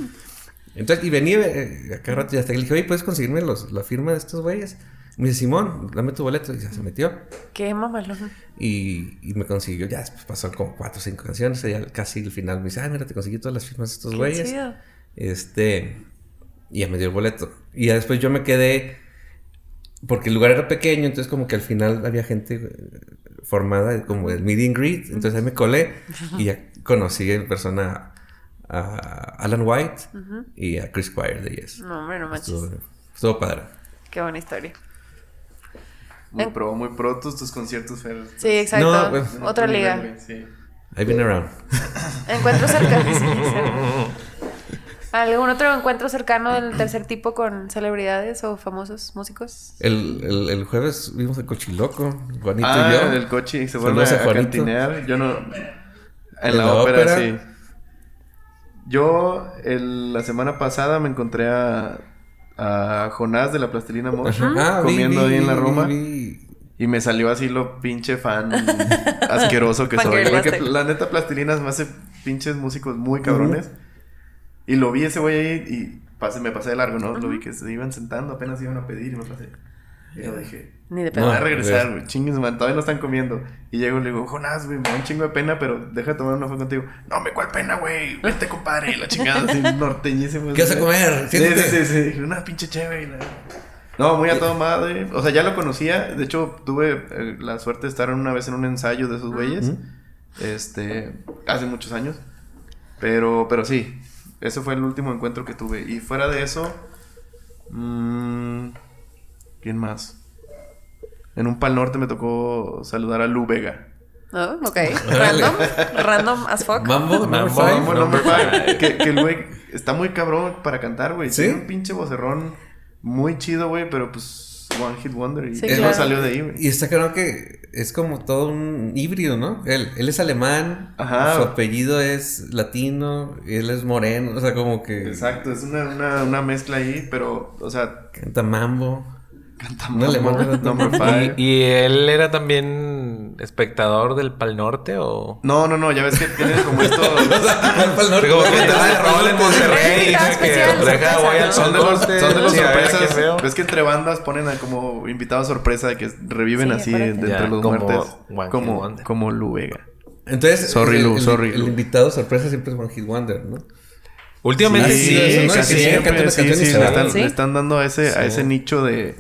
Entonces, y venía eh, a cada rato y hasta que le dije, oye, ¿puedes conseguirme los, la firma de estos güeyes? Me dice, Simón, dame tu boleto. Y ya se metió. Qué mamalón. Y, y me consiguió, ya después pasó como cuatro o cinco canciones. Y ya casi el final me dice, ah, mira, te conseguí todas las firmas de estos Qué güeyes. chido. Este, y ya me dio el boleto. Y ya después yo me quedé, porque el lugar era pequeño, entonces como que al final había gente eh, formada como el meet and greet. Entonces ahí me colé y ya conocí en persona a Alan White y a Chris Squire de Yes. No, hombre, no manches. Estuvo, estuvo padre. Qué buena historia. Muy pro, muy pro tus, tus conciertos, Fer. Sí, exacto. No, pues- Otra Otro nivel, liga. güey, sí. I've been around. Encuentro cercano. sí, sí. ¿Algún otro encuentro cercano del tercer tipo con celebridades o famosos músicos? El, el- el jueves vimos el cochiloco, Juanito Ah, y yo. el coche y se Saludos vuelve a, a a Juanito. cantinear. Yo no. En En la, la ópera, ópera. sí. Yo el- la semana pasada me encontré a, a Jonás de la Plastilina Mosh Ah, vi, comiendo vi, ahí en la vi, Roma. vi. Y me salió así lo pinche fan asqueroso que soy. Fangirlaste. Porque la neta Plastilinas me hace pinches músicos muy cabrones. Y lo vi ese güey ahí y pasé, me pasé de largo, ¿no? Lo vi que se iban sentando, apenas iban a pedir y me pasé. Y yo dije, Ni de me pedo. voy a No, regresar, ves. güey. Chingues, man, todavía no están comiendo. Y llego y le digo, Jonás, güey, me da un chingo de pena, pero deja tomar una foto contigo. No, me cuál pena, güey. Vente, compadre. La chingada así norteñísimo. ¿Qué vas a comer? Sí, sí, Siéntate. sí, sí. Dije, Una pinche chévere. y la- No, muy a todo madre. O sea, ya lo conocía. De hecho, tuve eh, la suerte de estar una vez en un ensayo de esos güeyes. Este, hace muchos años. Pero, pero sí. Ese fue el último encuentro que tuve. Y fuera de eso. mm, ¿Quién más? En un Pal Norte me tocó saludar a Lu Vega. Oh, ok. Random. Random as fuck. Mambo, number Mambo. five. Mambo number five. que, que el güey está muy cabrón para cantar, güey. ¿Sí? Tiene un pinche vocerrón muy chido, güey, pero pues One Hit Wonder y Sí, él no claro. salió de ahí, güey. Y está claro que es como todo un híbrido, ¿no? Él, él es alemán, Ajá. su apellido es latino, y él es moreno, o sea, como que Exacto, es una, una, una mezcla ahí, pero, o sea, canta mambo. canta Un alemán, Mambo ¿verdad? number ¿Y, five. y él era también espectador del Pal Norte o...? No, no, no, ya ves que tiene como esto. Como que Te va de rol en roles, Monterrey y Ey, dice especial, que deja, voy sorpresa, al Son de los, son norte, de los sí, a ver a sorpresas. Pues, qué veo. Ves que entre bandas ponen a como invitados sorpresa de que reviven Sí, así de, aparte. entre Ya, los como muertes. One Hit Como, Wonder. como Lu Vega. Entonces, Sorry, el- Lu, el, sorry, el Lu. invitado sorpresa siempre es One Hit Wonder, ¿no? Últimamente Sí, sí, eso, ¿no? casi Sí, sí. siempre. canta una sí, canción y sí, se le va. están, Sí. le están dando a ese, a ese nicho de, de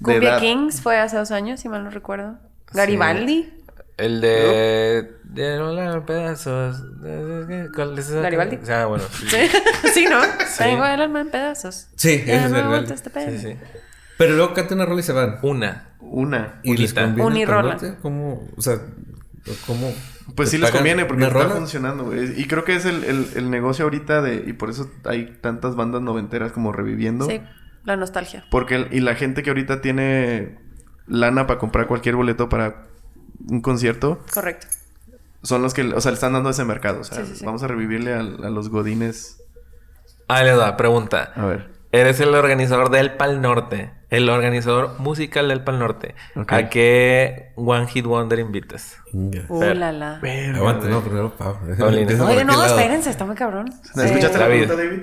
Cumbia edad. Kings fue hace dos años, si mal no recuerdo. Garibaldi. El de... De volar pedazos. de- de- ¿Cuál es esa? Garibaldi. O sea, bueno, sí. Sí, sí, ¿no? Tengo el alma en pedazos. Sí, Ya no ese es Garibaldi. aguanto este pedo. sí, sí. Pero luego canta una rola y se van. Una. Una. Y les Unita. conviene. Unirola. ¿no? ¿Cómo? O sea, ¿cómo? Pues sí te les pagan conviene porque una está rola? funcionando, güey. Y creo que es el, el- el negocio ahorita de... Y por eso hay tantas bandas noventeras como reviviendo. Sí, la nostalgia. Porque... el- y la gente que ahorita tiene lana para comprar cualquier boleto para un concierto... Correcto. Son los que... O sea, le están dando ese mercado. O sea, Sí, sí, sí. vamos a revivirle a, a los godines. Ah, le da, pregunta. A ver. Eres el organizador del Pal Norte. El organizador musical del Pal Norte. Ok. ¿A qué One Hit Wonder invitas? Inga. Uh, la, la. Aguante, no, primero Pablo. Paulina. Empieza por Oye, aquel no, lado. espérense, está muy cabrón. ¿Escuchaste la David. pregunta, David?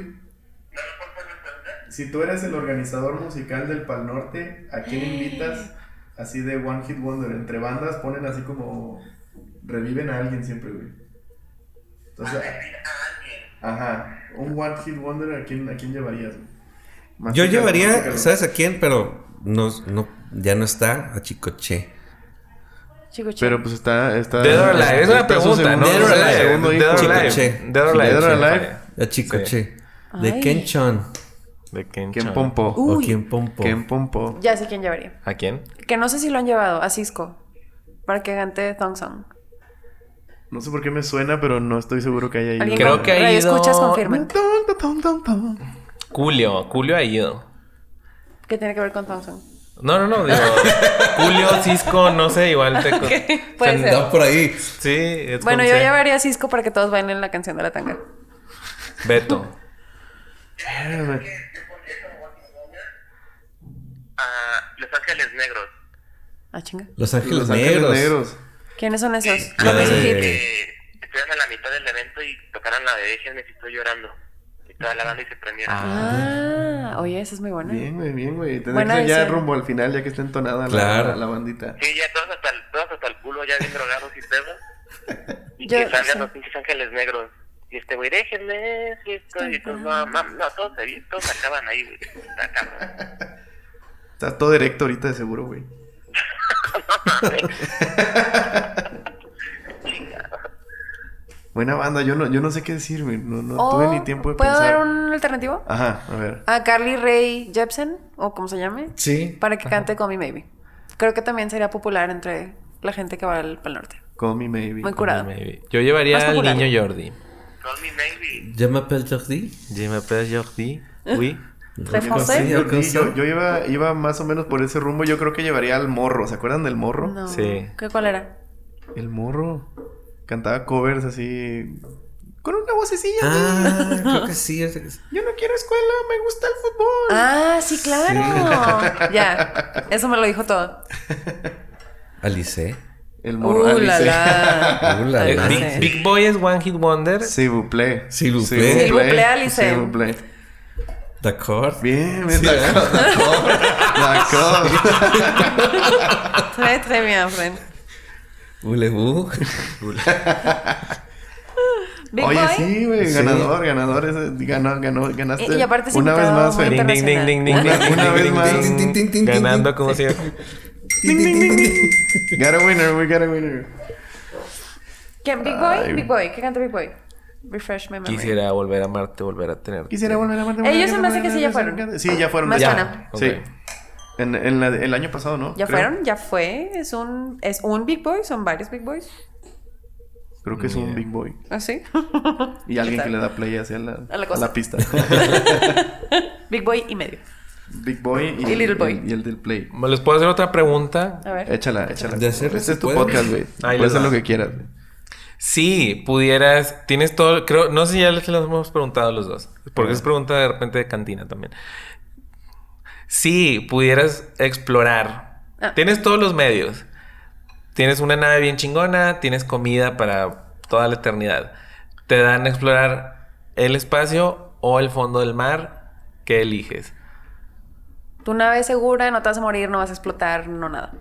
Si tú eres el organizador musical del Pal Norte, ¿a quién invitas así de One Hit Wonder? Entre bandas ponen así como... Reviven a alguien siempre, güey. Ah, Entonces... Ajá. Un One Hit Wonder, ¿a quién, a quién llevarías? güey? Más Yo que calor, más que llevaría, calor. ¿sabes a quién? Pero no, no, ya no está, a Chicoche. Chico, chico. Pero pues está... está Dead or Alive. Es una está su pregunta, ¿no? Dead segundo- or su Alive, segundo Dead or hijo. Alive. Chicoche. Dead or Alive. Dead or sí, Alive. falla. A Chicoche. Ay. De Ken Chon. ¿De quién? ¿Quién chon? pompó? O Uy. Ken Pompo. ¿Quién pompó? Ya sé quién llevaría. ¿A quién? Que no sé si lo han llevado a Cisco para que cante Thong Song. No sé por qué me suena, pero no estoy seguro que haya ido. ¿Alguien Creo con- que ha radio ido- escuchas confirman. Julio. Julio ha ido. ¿Qué tiene que ver con Thong Song? No, no, no. Digo, Julio, Cisco, no sé, igual te. co- Ok, puede ser. Andaba por ahí. Sí, es Bueno, como yo sea. llevaría a Cisco para que todos bailen la canción de la tanga. Beto. a Los Ángeles Negros. Ah, chinga. Los Los Ángeles, Negros. ¿Quiénes son esos? La ¿Cuál es su hit? de... Eh, estuvieron a la mitad del evento y tocaron la de Déjenme si estoy llorando. Y toda la banda y se prendieron. Ah, oye, esa es muy buena. Bien, güey, bien, güey. Tendrá Buena que ser ya decisión. rumbo al final, ya que está entonada la- Claro. la, la bandita. Sí, ya todos hasta el, todos hasta el culo, ya bien drogados y todo. Y Yo- que salgan sí. los pinches ángeles negros. Y este güey, déjenme, si estoy. Y todos, no, mam- no, todos se vi- todos acaban ahí, güey. Está cabrón. Está todo directo ahorita, de seguro, güey. Buena banda, yo no, yo no sé qué decir, güey. No, no O, tuve ni tiempo de Oh, ¿Puedo pensar. dar un alternativo? Ajá, a ver. A Carly Ray Jepsen, o como se llame, Sí. para que cante Call Me Maybe. Creo que también sería popular entre la gente que va al Pal Norte. Call me maybe. Muy curado. Maybe. Yo llevaría Más al popular. niño Jordi. Call me maybe. Je m'appelle Jordi. Je m'appelle Jordi. Oui. ¿Tres Yo no sé, José? yo- José. yo, yo iba, iba más o menos por ese rumbo. Yo creo que llevaría al morro. ¿Se acuerdan del morro? No. Sí. ¿Qué, ¿Cuál era? El morro cantaba covers así. Con una vocecilla. Ah, creo que sí. es- es- Yo no quiero escuela, me gusta el fútbol. Ah, sí, claro. Ya, eso me lo dijo todo. Alice. El morro. Uh, Alice. la la. Uh, la, Tal Eh, la. vez, Big, eh. Big Boy es One Hit Wonder. S'il vous plaît. S'il vous plaît. S'il vous plaît, Alice. S'il vous plaît. D'accord. Bien, bien. ¿eh? D'accord. D'accord. Très, très bien, friend. Ulebú. Big Oye, Boy. sí, güey. Sí. Ganador, ganador. ese- Ganó, ganó, ganaste. Y- y aparte es una vez invitado más, muy Fer. Ding, ding, ding, ding, ding, Una- ding, una ding, vez ding, más. ding, Tin, tin, tin, tin, Ganando tin. como si... Ding, ding, ding, ding. Got a winner, we got a winner. ¿Quién? Big Boy. Ay. Big Boy. ¿Qué canta Big Boy? Refresh my memory. Quisiera volver a amarte, volver a tener. Quisiera volver a verte. Ellos volver a Eh, se me hace verte, que sí ya volver a fueron. verte. Sí, ya fueron. Me ya. suena. Ok. Sí. En, en la- el año pasado, ¿no? ¿Ya Creo. fueron? ¿Ya fue? ¿Es un, ¿Es un Big Boy? ¿Son varios Big Boys? Creo que es Ni un idea. big boy. ¿Así? Y alguien que tal? le da play hacia la, A la a cosa. la pista. Big Boy y medio. big boy y, Y little boy. Y el del play. ¿Les puedo hacer otra pregunta? A ver. Échala, échala. De hacerlo este se es tu puede. podcast, güey. Ahí Puedes les hacer va. lo que quieras. güey. Sí, pudieras, tienes todo, creo, no sé si ya les lo hemos preguntado los dos, porque es pregunta de repente de cantina también. Si pudieras explorar, Ah. tienes todos los medios, tienes una nave bien chingona, tienes comida para toda la eternidad, te dan a explorar el espacio o el fondo del mar, ¿qué eliges? Tu nave es segura, no te vas a morir, no vas a explotar, no nada.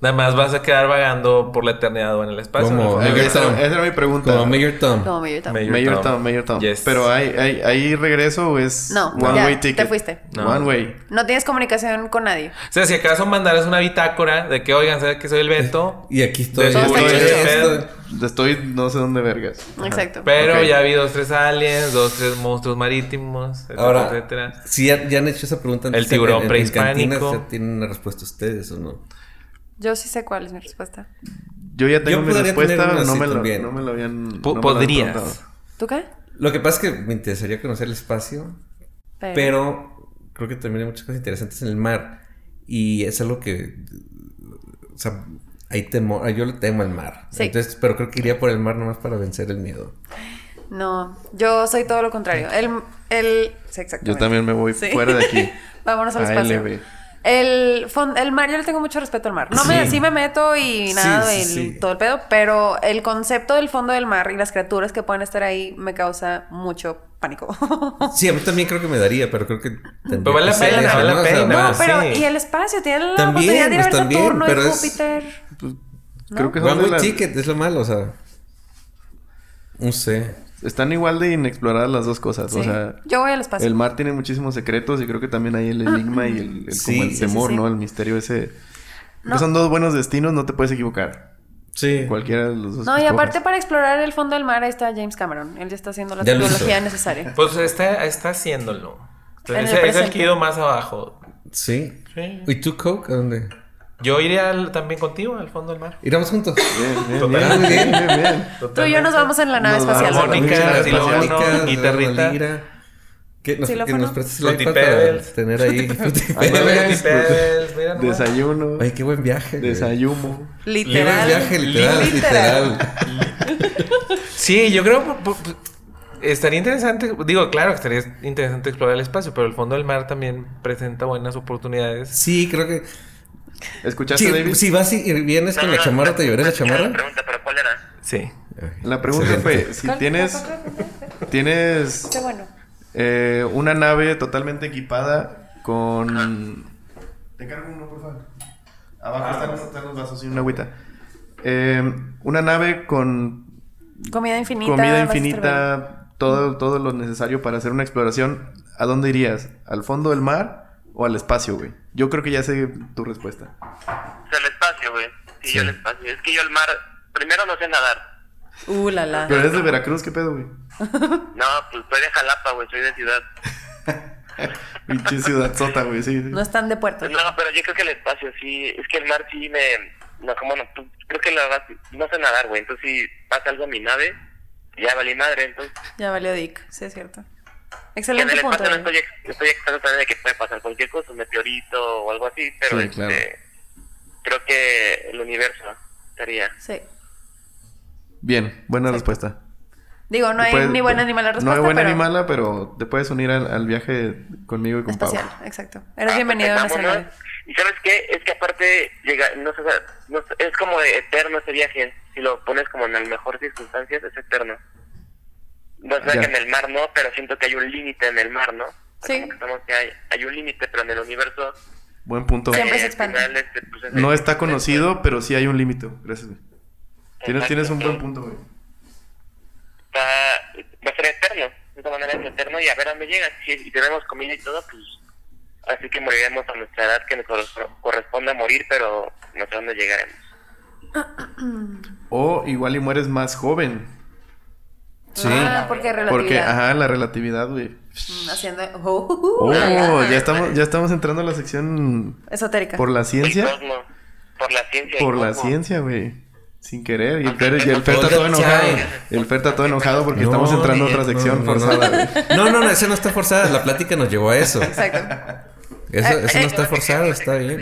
Nada más vas a quedar vagando por la eternidad o en el espacio. Como- ¿no? Mayor Esa, Tom. esa era mi pregunta. Como Mayor Tom. Como medio también. Mayor Mayor Tom. Tom, Mayor Tom. Yes. Pero hay, hay, ahí regreso o es No, one ya, way ticket. te fuiste. No. One way. No tienes comunicación con nadie. O sea, si acaso mandaras una bitácora de que, oigan, ¿sabes que soy el Beto? Y aquí estoy. Todo está Estoy- chido. estoy- Estoy no sé dónde vergas. Exacto. Pero Ok. ya vi dos, tres aliens, dos, tres monstruos marítimos, etcétera, Ahora, etcétera. si ya, ya han hecho esa pregunta El tiburón en- en- en prehispánico. cantinas, ¿ya ¿Tienen una respuesta ustedes o no? Yo sí sé cuál es mi respuesta. Yo ya tengo Yo mi podría respuesta, tener una no así me, lo, también. no me lo habían. no me Po- lo han podrías. preguntado. ¿Tú qué? Lo que pasa es que me interesaría conocer el espacio, pero creo que también hay muchas cosas interesantes en el mar. Y es algo que. O sea, hay temor. Yo le temo al mar. Sí. Entonces, pero creo que iría por el mar nomás para vencer el miedo. No, yo soy todo lo contrario. El, el... Sí, exactamente. Yo también me voy Sí. fuera de aquí. Vámonos al espacio. ALB. El, fon- el mar, yo le tengo mucho respeto al mar. No me, Sí. sí me meto y Sí, nada sí, del- sí. todo el pedo, pero el concepto del fondo del mar y las criaturas que pueden estar ahí me causa mucho pánico. Sí, a mí también creo que me daría, pero creo que. tendría Pero vale que la ser pena, eso, vale la ¿no? O sea, pena. va- no, pero sí. y el espacio, tiene la También, oportunidad de ir a ver pues, también, Saturno pero y es- Júpiter. Creo que son One de way las- ticket es lo malo, o sea. No sé. están igual de inexploradas las dos cosas. O Sí. sea, yo voy al espacio. el mar tiene muchísimos secretos y creo que también hay el enigma y el, el- Sí, como el sí, Ah, mm, sí, temor, sí. ¿no? El misterio ese. Creo No. que son dos buenos destinos, no te puedes equivocar. Sí. Cualquiera de los dos. no, y escojas. aparte para explorar el fondo del mar ahí está James Cameron. Él ya está haciendo la Ya lo hizo. tecnología necesaria. Pues está, está haciéndolo. En el Entonces, ese es el presente. que he ido más abajo. Sí. Sí. ¿Y tú, Coke? ¿A dónde? Yo iría al- también contigo al fondo del mar. Iremos juntos. Bien, bien, Total. bien, bien, bien, bien. Tú y yo nos vamos en la nave Nos espacial. vamos. Saturno. Armónica, Armónica, silófono, Armónicas, guitarrita. lira. ¿Qué? ¿Nos, que Xilófono. nos prestes el iPad para Frutipebbles. tener ahí? Ah, Ahí va, Frutipebbles. pues, Pebbles, mira nomás. Desayuno. Oye, qué buen viaje. güey. Desayuno. Qué buen Literal. viaje, literal, Literal. literal. Sí, yo creo po- po- po- estaría interesante. Digo, claro, que estaría interesante explorar el espacio, pero el fondo del mar también presenta buenas oportunidades. Sí, creo que... ¿Escuchaste, David? Si, si vas y y vienes con la chamarra, ¿te llevaré la La chamarra? pregunta, pero ¿cuál era? Sí. La pregunta Excelente. fue, si tienes, tienes Qué bueno. eh, una nave totalmente equipada con... Te encargo uno, por favor. Abajo están, los- están los vasos y una agüita. Eh, una nave con Comida infinita. vas comida a estar bien. infinita, todo, todo lo necesario para hacer una exploración. ¿A dónde irías? ¿Al fondo del mar o al espacio, güey? Yo creo que ya sé tu respuesta. O sea, el espacio, güey. Sí, Sí. yo el espacio. Es que yo el mar, primero no sé nadar. Uh, la la. Pero eres de Veracruz, ¿qué pedo, güey? No, pues soy de Jalapa, güey, soy de ciudad. Pinche ciudad sota, güey, sí. sí. No están de puerto. No, pero yo creo que el espacio sí, es que el mar sí me... No, como no, pues, creo que la verdad sí, no sé nadar, güey, entonces si pasa algo a mi nave, ya valí madre, entonces... Ya valió Dick. Sí, es cierto. En el Excelente punto. eh. espacio no Diego. estoy, ex- estoy exento también de que puede pasar cualquier cosa, un meteorito o algo así, pero Sí, este, claro. creo que el universo estaría... Sí. Bien, buena Exacto. respuesta. Digo, no hay Puedes- ni buena ni mala Pues, No respuesta. hay buena pero ni mala, pero te puedes unir al, al viaje conmigo y con Espacial, Pablo. exacto. Eres Ah, bienvenido a nuestra vámonos. nave. Y sabes qué, es que aparte llega, no sé, o sea, no sé, es como eterno ese viaje, si lo pones como en las mejores circunstancias, es eterno. No sé Ya. que en el mar no, pero siento que hay un límite en el mar, ¿no? Sí. Como que estamos que hay, hay un límite, pero en el universo... Buen punto. Siempre eh, se al expande. final, este, pues, es- No está conocido, pero sí hay un límite. Gracias, güey. Tienes, Exacto, tienes un sí. buen punto, güey. está- va a ser eterno. De esta manera es eterno y a ver a dónde llega. Si si tenemos comida y todo, pues así que moriremos a nuestra edad que nos corres- corresponde a morir, pero no sé a dónde llegaremos. O igual y mueres más joven. Sí. Ah, porque relatividad. Mm, Porque, ajá, la relatividad, güey. Haciendo. Oh, ya estamos, ya estamos entrando a la sección Esotérica. por la El ciencia. cosmos. Pues Por la ciencia. Por la cosmos. ciencia, güey. Sin querer. Y el Fer, y el Fer está todo enojado. El Fer está todo enojado porque No, estamos entrando a Miguel, otra sección no, no, forzada, no. güey. No, no, no, esa no está forzada. La plática nos llevó a eso. Exacto. Eso, eso no está forzado, está bien.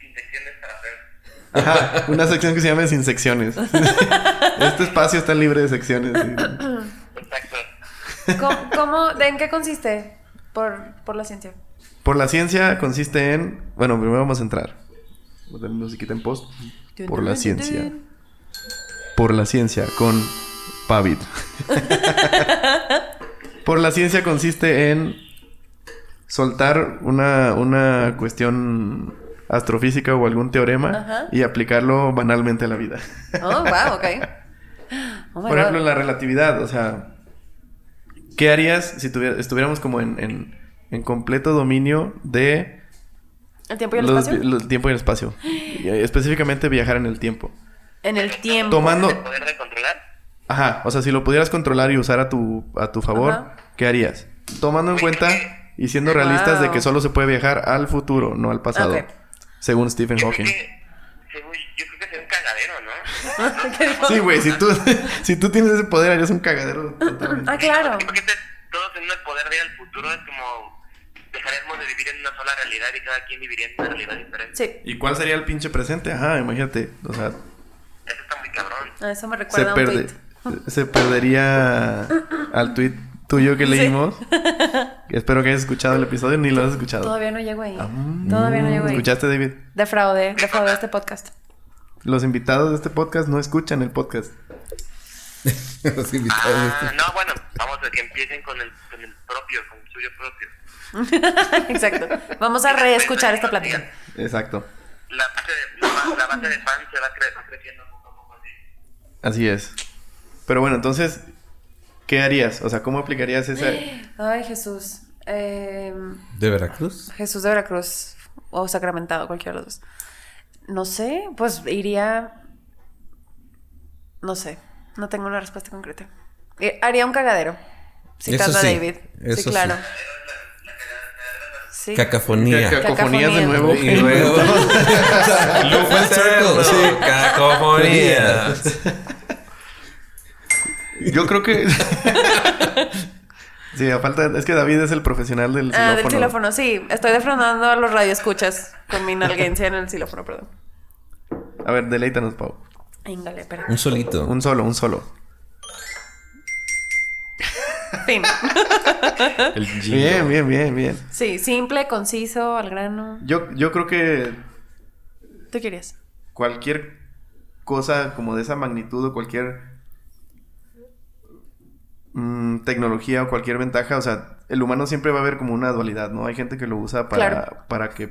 Infecciones para hacer. Ajá, una sección que se llama Sin Secciones. este espacio está libre de secciones. sí. Exacto. ¿Cómo, cómo- de- ¿En qué consiste? Por, por la ciencia. Por la ciencia consiste en. Bueno, primero vamos a entrar. Voy a tener musiquita en post. Por la ciencia. Por la ciencia con Pavid. Por la ciencia consiste en soltar una, una cuestión astrofísica o algún teorema Ajá. y aplicarlo banalmente a la vida. Oh, wow, ok. Oh my Por ejemplo, en God. la relatividad, o sea, ¿qué harías si tuviera- estuviéramos como en, en- en completo dominio de ¿El tiempo y el los- espacio? los- tiempo y el espacio? Y, eh, específicamente viajar en el tiempo. En el tiempo. Tomando, ¿De poder de controlar? ajá, o sea, si lo pudieras controlar y usar a tu, a tu favor, Ajá. ¿qué harías? Tomando en cuenta y siendo realistas de que Wow. solo se puede viajar al futuro, no al pasado, Ok. según Stephen Yo Hawking. creo que. según- Yo creo que sería un cagadero, ¿no? ¿Qué dijo? Sí, güey, si tú, si tú tienes ese poder, harías un cagadero totalmente. Ah, claro. Porque este, todos en el poder ver el futuro es como dejaremos de vivir en una sola realidad y cada quien viviría en una realidad diferente. Sí. ¿Y cuál sería el pinche presente? Ajá, imagínate. O sea, Eso está muy cabrón. A Eso me se, recuerda a un perde- tweet. se perdería al tweet tuyo que leímos. Espero que hayas escuchado el episodio, ni lo has escuchado. Todavía no llego ahí. Mm. Todavía no llego ahí. ¿Escuchaste, David? Defraude, defraude este podcast. Los invitados de este podcast no escuchan el podcast. Los invitados. este- Ah, no, bueno, vamos a que empiecen con el, con el propio, con el suyo propio. Pues, Exacto. Vamos a reescuchar esta plática. Exacto. La base de, la, ba- la base de fans se va, cre- va creciendo poco a poco así. Así es. Pero bueno, entonces, ¿qué harías? O sea, ¿cómo aplicarías esa...? Ay, Jesús. Em, ¿De Veracruz? Jesús de Veracruz o Sacramentado, cualquiera de los dos. No sé, pues iría. No sé, no tengo una respuesta concreta. Eh, Haría un cagadero. Citando Eso sí, a David. eso sí, claro. Sí. Cacafonía. Cacofonías de nuevo. Y luego- Full circle, sí. Cacofonías. Yo creo que... sí, a falta... Es que David es el profesional del Ah, del xilófono. xilófono, sí. Estoy defraudando a los radioescuchas con mi inalguencia en el xilófono, perdón. A ver, deleítanos, Pau. Íngale, pero. Un solito. Un solo, un solo. Fin. El jingle. Bien, bien, bien, bien. Sí, simple, conciso, al grano. Yo, yo creo que ¿Tú querías? cualquier cosa como de esa magnitud o cualquier mm, tecnología o cualquier ventaja, o sea, el humano siempre va a haber como una dualidad, ¿no? Hay gente que lo usa para, Claro. para que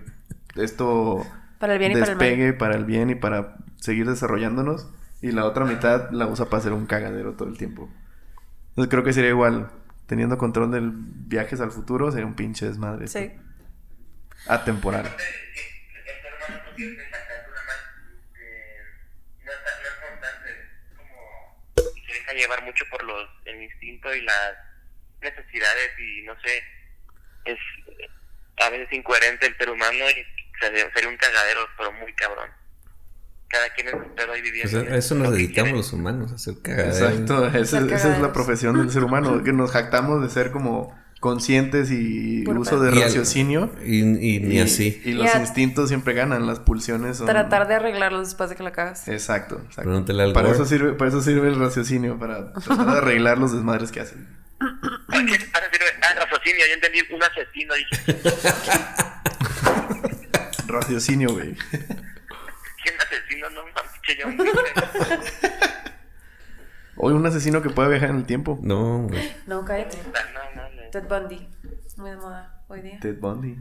esto Para el bien y para el mal. despegue para el bien y para seguir desarrollándonos y la otra mitad la usa para hacer un cagadero todo el tiempo. Entonces creo que sería igual. Teniendo control de viajes al futuro sería un pinche desmadre. Sí. esto. Atemporal. El ser humano no tiene una estatura más. eh, no es tan- no es constante. Es como. Se deja llevar mucho por los, el instinto y las necesidades y no sé. Es eh, a veces incoherente el ser humano y se- sería un cagadero, pero muy cabrón. Cada quien es un pedo ahí O viviendo. sea, a eso nos Lo que dedicamos quiere. los humanos, a hacer cagaderos. Exacto, esa, es- esa es cagaderos. la profesión del ser humano, que nos jactamos de ser como conscientes y Puro uso de Y al- raciocinio. Y, y ni así. Y Y los a- instintos siempre ganan, las pulsiones son... Tratar de arreglarlo después de que lo cagas. Exacto, exacto. Pregúntale al para, Gore. eso sirve, para eso sirve el raciocinio, para tratar de arreglar los desmadres que hacen. ¿Para qué? Para decir, ah, raciocinio, yo entendí un asesino. Dije, Raciocinio, güey. ¿quién asesino? No, pinche yo. Yo Hoy un asesino que puede viajar en el tiempo. No, güey. No, cállate. No, no, no. Ted Bundy. Muy de moda hoy día. Ted Bundy.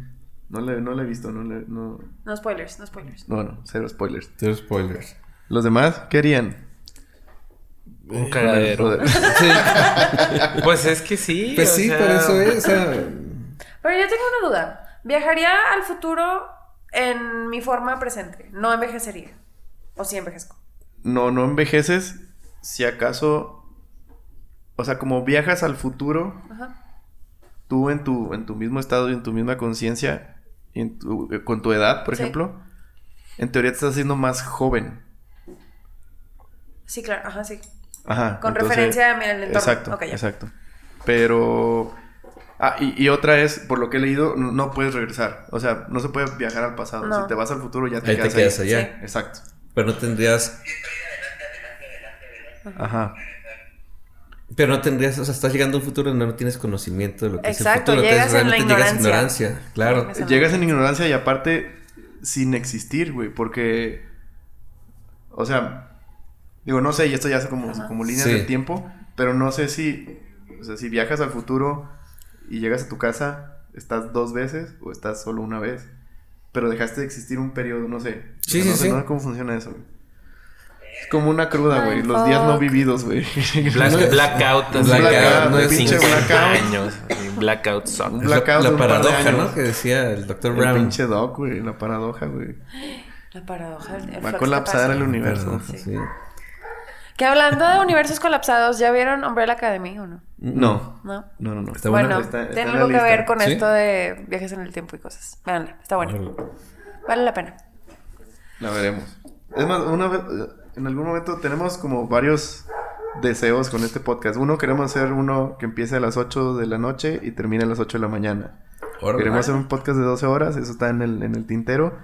No le, no le he visto, no le... No, No spoilers, no spoilers. no, bueno, cero spoilers. Cero spoilers. ¿Los demás qué harían? Eh, Un cagadero. Joder. Sí. Pues es que sí. Pues o sí, sea, por eso es. o sea, Pero yo tengo una duda. ¿Viajaría al futuro en mi forma presente? ¿No envejecería? ¿O sí envejezco? No, no envejeces. Si acaso. O sea, como viajas al futuro, Ajá. tú en tu, en tu mismo estado y en tu misma conciencia, y en tu- eh, con tu edad, por Sí. ejemplo, en teoría te estás haciendo más joven. Sí, claro, ajá, sí. Ajá. Con entonces- referencia, mira, el entorno. Exacto, Ok, ya. exacto. Pero... Ah, y, y otra es, por lo que he leído, no- no puedes regresar. O sea, no se puede viajar al pasado. No. Si te vas al futuro, ya te Ahí te quedas quedas ahí. allá. Exacto. Pero no tendrías. Ajá. Pero no tendrías. O sea, estás llegando a un futuro donde no tienes conocimiento de lo que es el Exacto, futuro. llegas entonces en la realmente llegas ignorancia. ignorancia. Claro. Eso no. Llegas en ignorancia y aparte sin existir, güey, porque, o sea, digo, no sé, y esto ya hace como, como líneas Sí. del tiempo, pero no sé si, o sea, si viajas al futuro y llegas a tu casa, estás dos veces o estás solo una vez, pero dejaste de existir un periodo, no sé. O Sí, sea, no sí, sé sí. no sé cómo funciona eso, güey. Es como una cruda, güey, Ay, los días no fuck. vividos, güey. Black- No es- blackout. así, blackout, de no es- pinche 50 blackout. años. así, Blackout sucks. Es la- Blackout la, de un par de paradoja, años. ¿no? Que decía el doctor El Brown. pinche doc, güey, la paradoja, güey. La paradoja. del- el Va a flux colapsar el capacitor. universo. Perdón, sí. Que hablando de universos colapsados, ¿ya vieron Umbrella Academy o no? No. No. No, no, no. Está bueno, Está- está en tiene la algo que lista. ver con ¿Sí? esto de viajes en el tiempo y cosas. Véanla, está bueno. Vale la pena. La veremos. Es más, una vez, eh, en algún momento tenemos como varios deseos con este podcast. Uno, queremos hacer uno que empiece a las 8 de la noche y termine a las 8 de la mañana. Órale. Queremos hacer un podcast de 12 horas, eso está en el, en el tintero.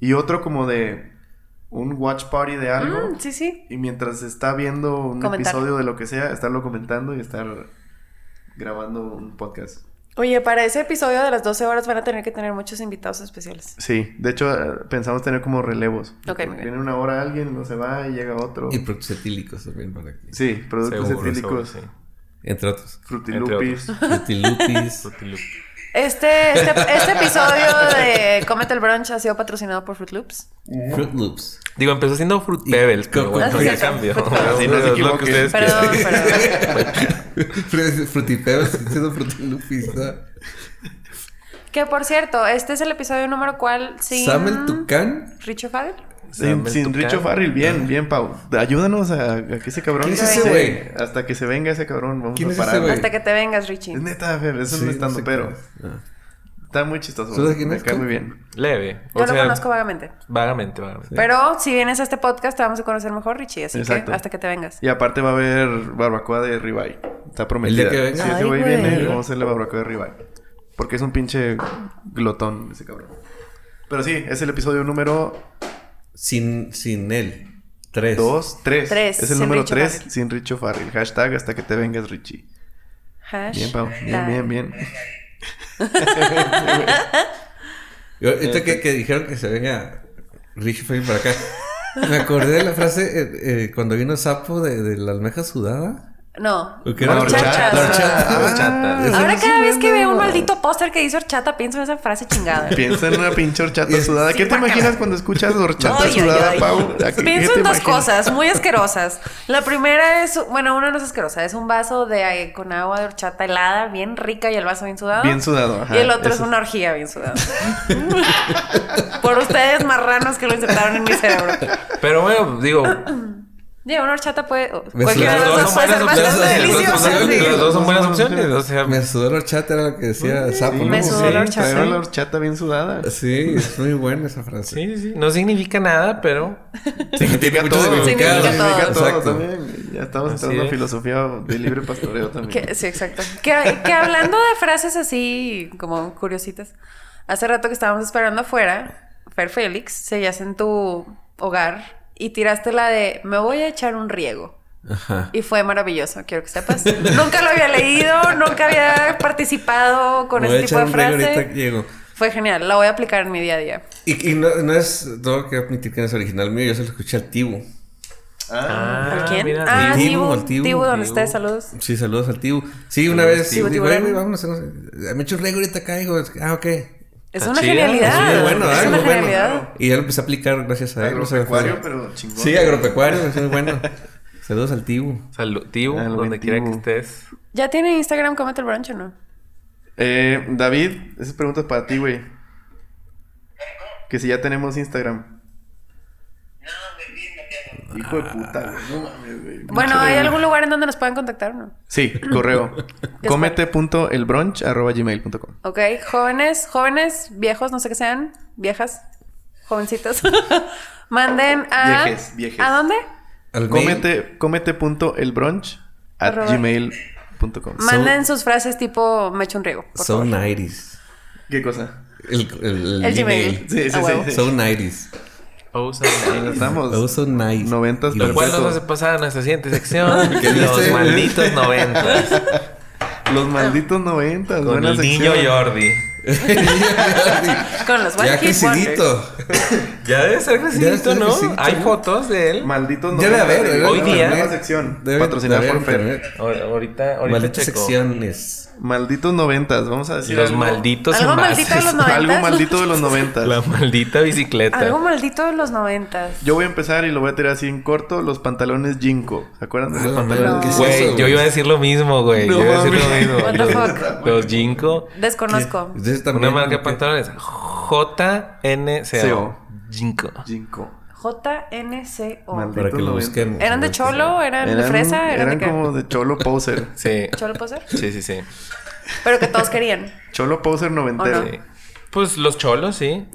Y otro como de un watch party de algo. Mm, sí, sí. Y mientras se está viendo un Comentar. episodio de lo que sea, estarlo comentando y estar grabando un podcast. Oye, para ese episodio de las 12 horas van a tener que tener muchos invitados especiales. Sí, de hecho eh, pensamos tener como relevos. Ok, muy bien. Viene una hora alguien, no se va y llega otro. Y productos etílicos también para aquí. Sí, productos Seguro, etílicos. seguro, sí. Entre otros. Frutilupis. Ah. Frutilupis. Frutilupis. Este, este, este episodio de Cómete el Brunch ha sido patrocinado por Fruit Loops. Fruit Loops. Digo, empezó siendo Fruit Pebbles, pero Coco bueno, Pebbles. ya cambió. Así no se Es lo equivoquen. que ustedes Perdón, quieran. perdón. Fru- Frutipeos. Siendo Frutilupis. ¿no? Que por cierto, este es el episodio número cual sin Sam el Tucán. Richo Farrell. Sin, Samuel sin Tucán. Richo Farrell, bien, bien, Pau. Ayúdanos a, a que ese cabrón. Ah. ¿Quién es ese se- güey? Hasta que se venga ese cabrón, vamos ¿Quién a es ese parar. güey? Hasta que te vengas, Richie. Es neta, Fer, es Sí, un no estando, sé pero qué. Ah. está muy chistoso. ¿Tú sabes quién Me es? cae ¿Tú? muy bien. Leve. Yo O lo sea, conozco vagamente. vagamente, vagamente. Pero si vienes a este podcast te vamos a conocer mejor, Richie. Así Exacto. que hasta que te vengas. Y aparte va a haber barbacoa de ribeye. Está prometido. El día que venga. Si ese Ay, güey güey. viene, vamos a hacerle barbacoa de ribeye. Porque es un pinche glotón ese cabrón. Pero sí, es el episodio número Sin, sin él. Tres. 2, 3. Tres, Es el sin número Richo 3 Farrell. sin Richo Farrell. Hashtag hasta que te vengas, Richie. Hash. Bien, Pau. tag. Bien, bien, bien. Y ahorita que, que dijeron que se venga Richie Fay para acá. Me acordé de la frase eh, eh, cuando vino Sapo de, de la almeja sudada. No. ¿O qué La horchata. La Ah, horchata. horchata. Eso Ahora no cada se vez que vende. veo un maldito póster que dice horchata pienso en esa frase chingada. Piensa en una pinche horchata sudada. ¿Qué te imaginas cuando escuchas horchata Ay, ay, sudada, ay. Pau? ¿A qué- qué Pienso te en dos imaginas? cosas muy asquerosas. La primera es, bueno, una no es asquerosa, es un vaso de eh, con agua de horchata helada, bien rica y el vaso bien sudado. Bien sudado, ajá, Y el otro es eso. una orgía bien sudada. Por ustedes marranos que lo insertaron en mi cerebro. Pero bueno, digo, Ya, una horchata puede. o- Me Cualquiera de sudó. las dos puede ser Las dos bastante son buenas opciones. deliciosa. Las dos son sí. Las dos son buenas opciones. O sea, Me sudó la horchata, era lo que decía Sapo. Sí, ¿no? Me sudó la horchata. traer la horchata bien sudada. Sí, es muy buena esa frase. sí, sí, sí. No significa nada, pero Significa mucho significado. Significa todo Exacto. también. Ya estamos Así entrando en es. filosofía de libre pastoreo también. Que- sí, exacto. Que, que hablando de frases así, como curiositas, hace rato que estábamos esperando afuera, Fer Félix, seguías en tu hogar y tiraste la de me voy a echar un riego. Ajá. Y fue maravilloso, quiero que sepas. nunca lo había leído, nunca había participado con este Me voy a ese tipo echar de un rego ahorita frase. que llego. Fue genial, la voy a aplicar en mi día a día. Y, y no, no es, tengo que admitir que no es original mío, yo se lo escuché al Tibu. Ah, ¿Al quién? mira, ah, Tibu, Tibu, al Tibu, Tibu, donde Tibu. estés, saludos. Sí, saludos al Tibu. Sí, una vez, Tibu, digo, tiburón. "Ay, güey, vámonos, no sé, me echo un rego ahorita acá, digo, ah, ok. Es Está una chido, genialidad. Sí, Ah, muy bueno, es ah, una muy bueno. genialidad. Y ya lo empecé a aplicar gracias a él. o sea, agropecuario, fue- pero chingón. Sí, agropecuario, es muy bueno. Saludos al Tibu. salud, Tibu, Al buen donde quiera que Tibu. estés. ¿Ya tiene Instagram Comete el Brunch o no? Eh, David, esas preguntas para ti, güey. Que si ya tenemos Instagram. No, me vi, me quedo. Hijo de puta, güey. No mames, güey. Bueno, Pinche ¿hay regla. algún lugar en donde nos puedan contactar o no? Sí, correo. comete.elbrunch.gmail.com Ok, jóvenes, jóvenes, viejos, no sé qué sean, viejas, jovencitos. Manden a. Viejes, viejes. ¿A dónde? Al mail, Comete, comete.elbrunch at Arroba. gmail.com. Manden sus frases tipo me echo un riego. por So favor. 90s. ¿Qué cosa? El, el, El Gmail. email. Sí, sí, A huevo. sí. sí. So 90s. Oh, son- Ahí Oh, Estamos. so nice. Noventas, Y pero Lo cual Perfecto. nos hace pasar a nuestra siguiente sección. los dice? malditos noventas. Los malditos noventas. Con buena el niño sección. Jordi. Con los Ya One Hit Wonder. crecidito. Eh, Ya debe ser crecidito, ser ¿no? crecidito, Hay ¿no? fotos de él. Malditos Ya debe noventas. haber, de- debe Hoy de- día. nueva sección. Debe- patrocinada debe por haber Fer. internet. Ahor- Ahorita, ahorita Malditas checo. secciones. Malditos noventas. Vamos a decir. Los algo- malditos Algo envases. maldito de los noventas. Algo maldito de los noventas. La maldita bicicleta. Algo maldito de los noventas. Yo voy a empezar y lo voy a tirar así en corto. Los pantalones Jinko. ¿Se acuerdan de los No, pantalones? no, ¿qué es Güey, eso, yo iba a decir lo mismo, güey. No yo iba a decir mames. lo What mismo. the Los, fuck? los Jinko. Desconozco. Ustedes Una también, marca de ¿no? pantalones. JNCO. CO. Jinko. Jinko. JNCO. Maldito. Para que lo Noventas. busquemos. ¿Eran de cholo? ¿Eran, de fresa? ¿Eran, de eran qué? como de Cholo Poser. Sí. ¿Cholo poser? Sí, sí, sí. Pero que todos querían. Cholo Poser noventero. ¿O no? Sí. Pues los cholos, sí.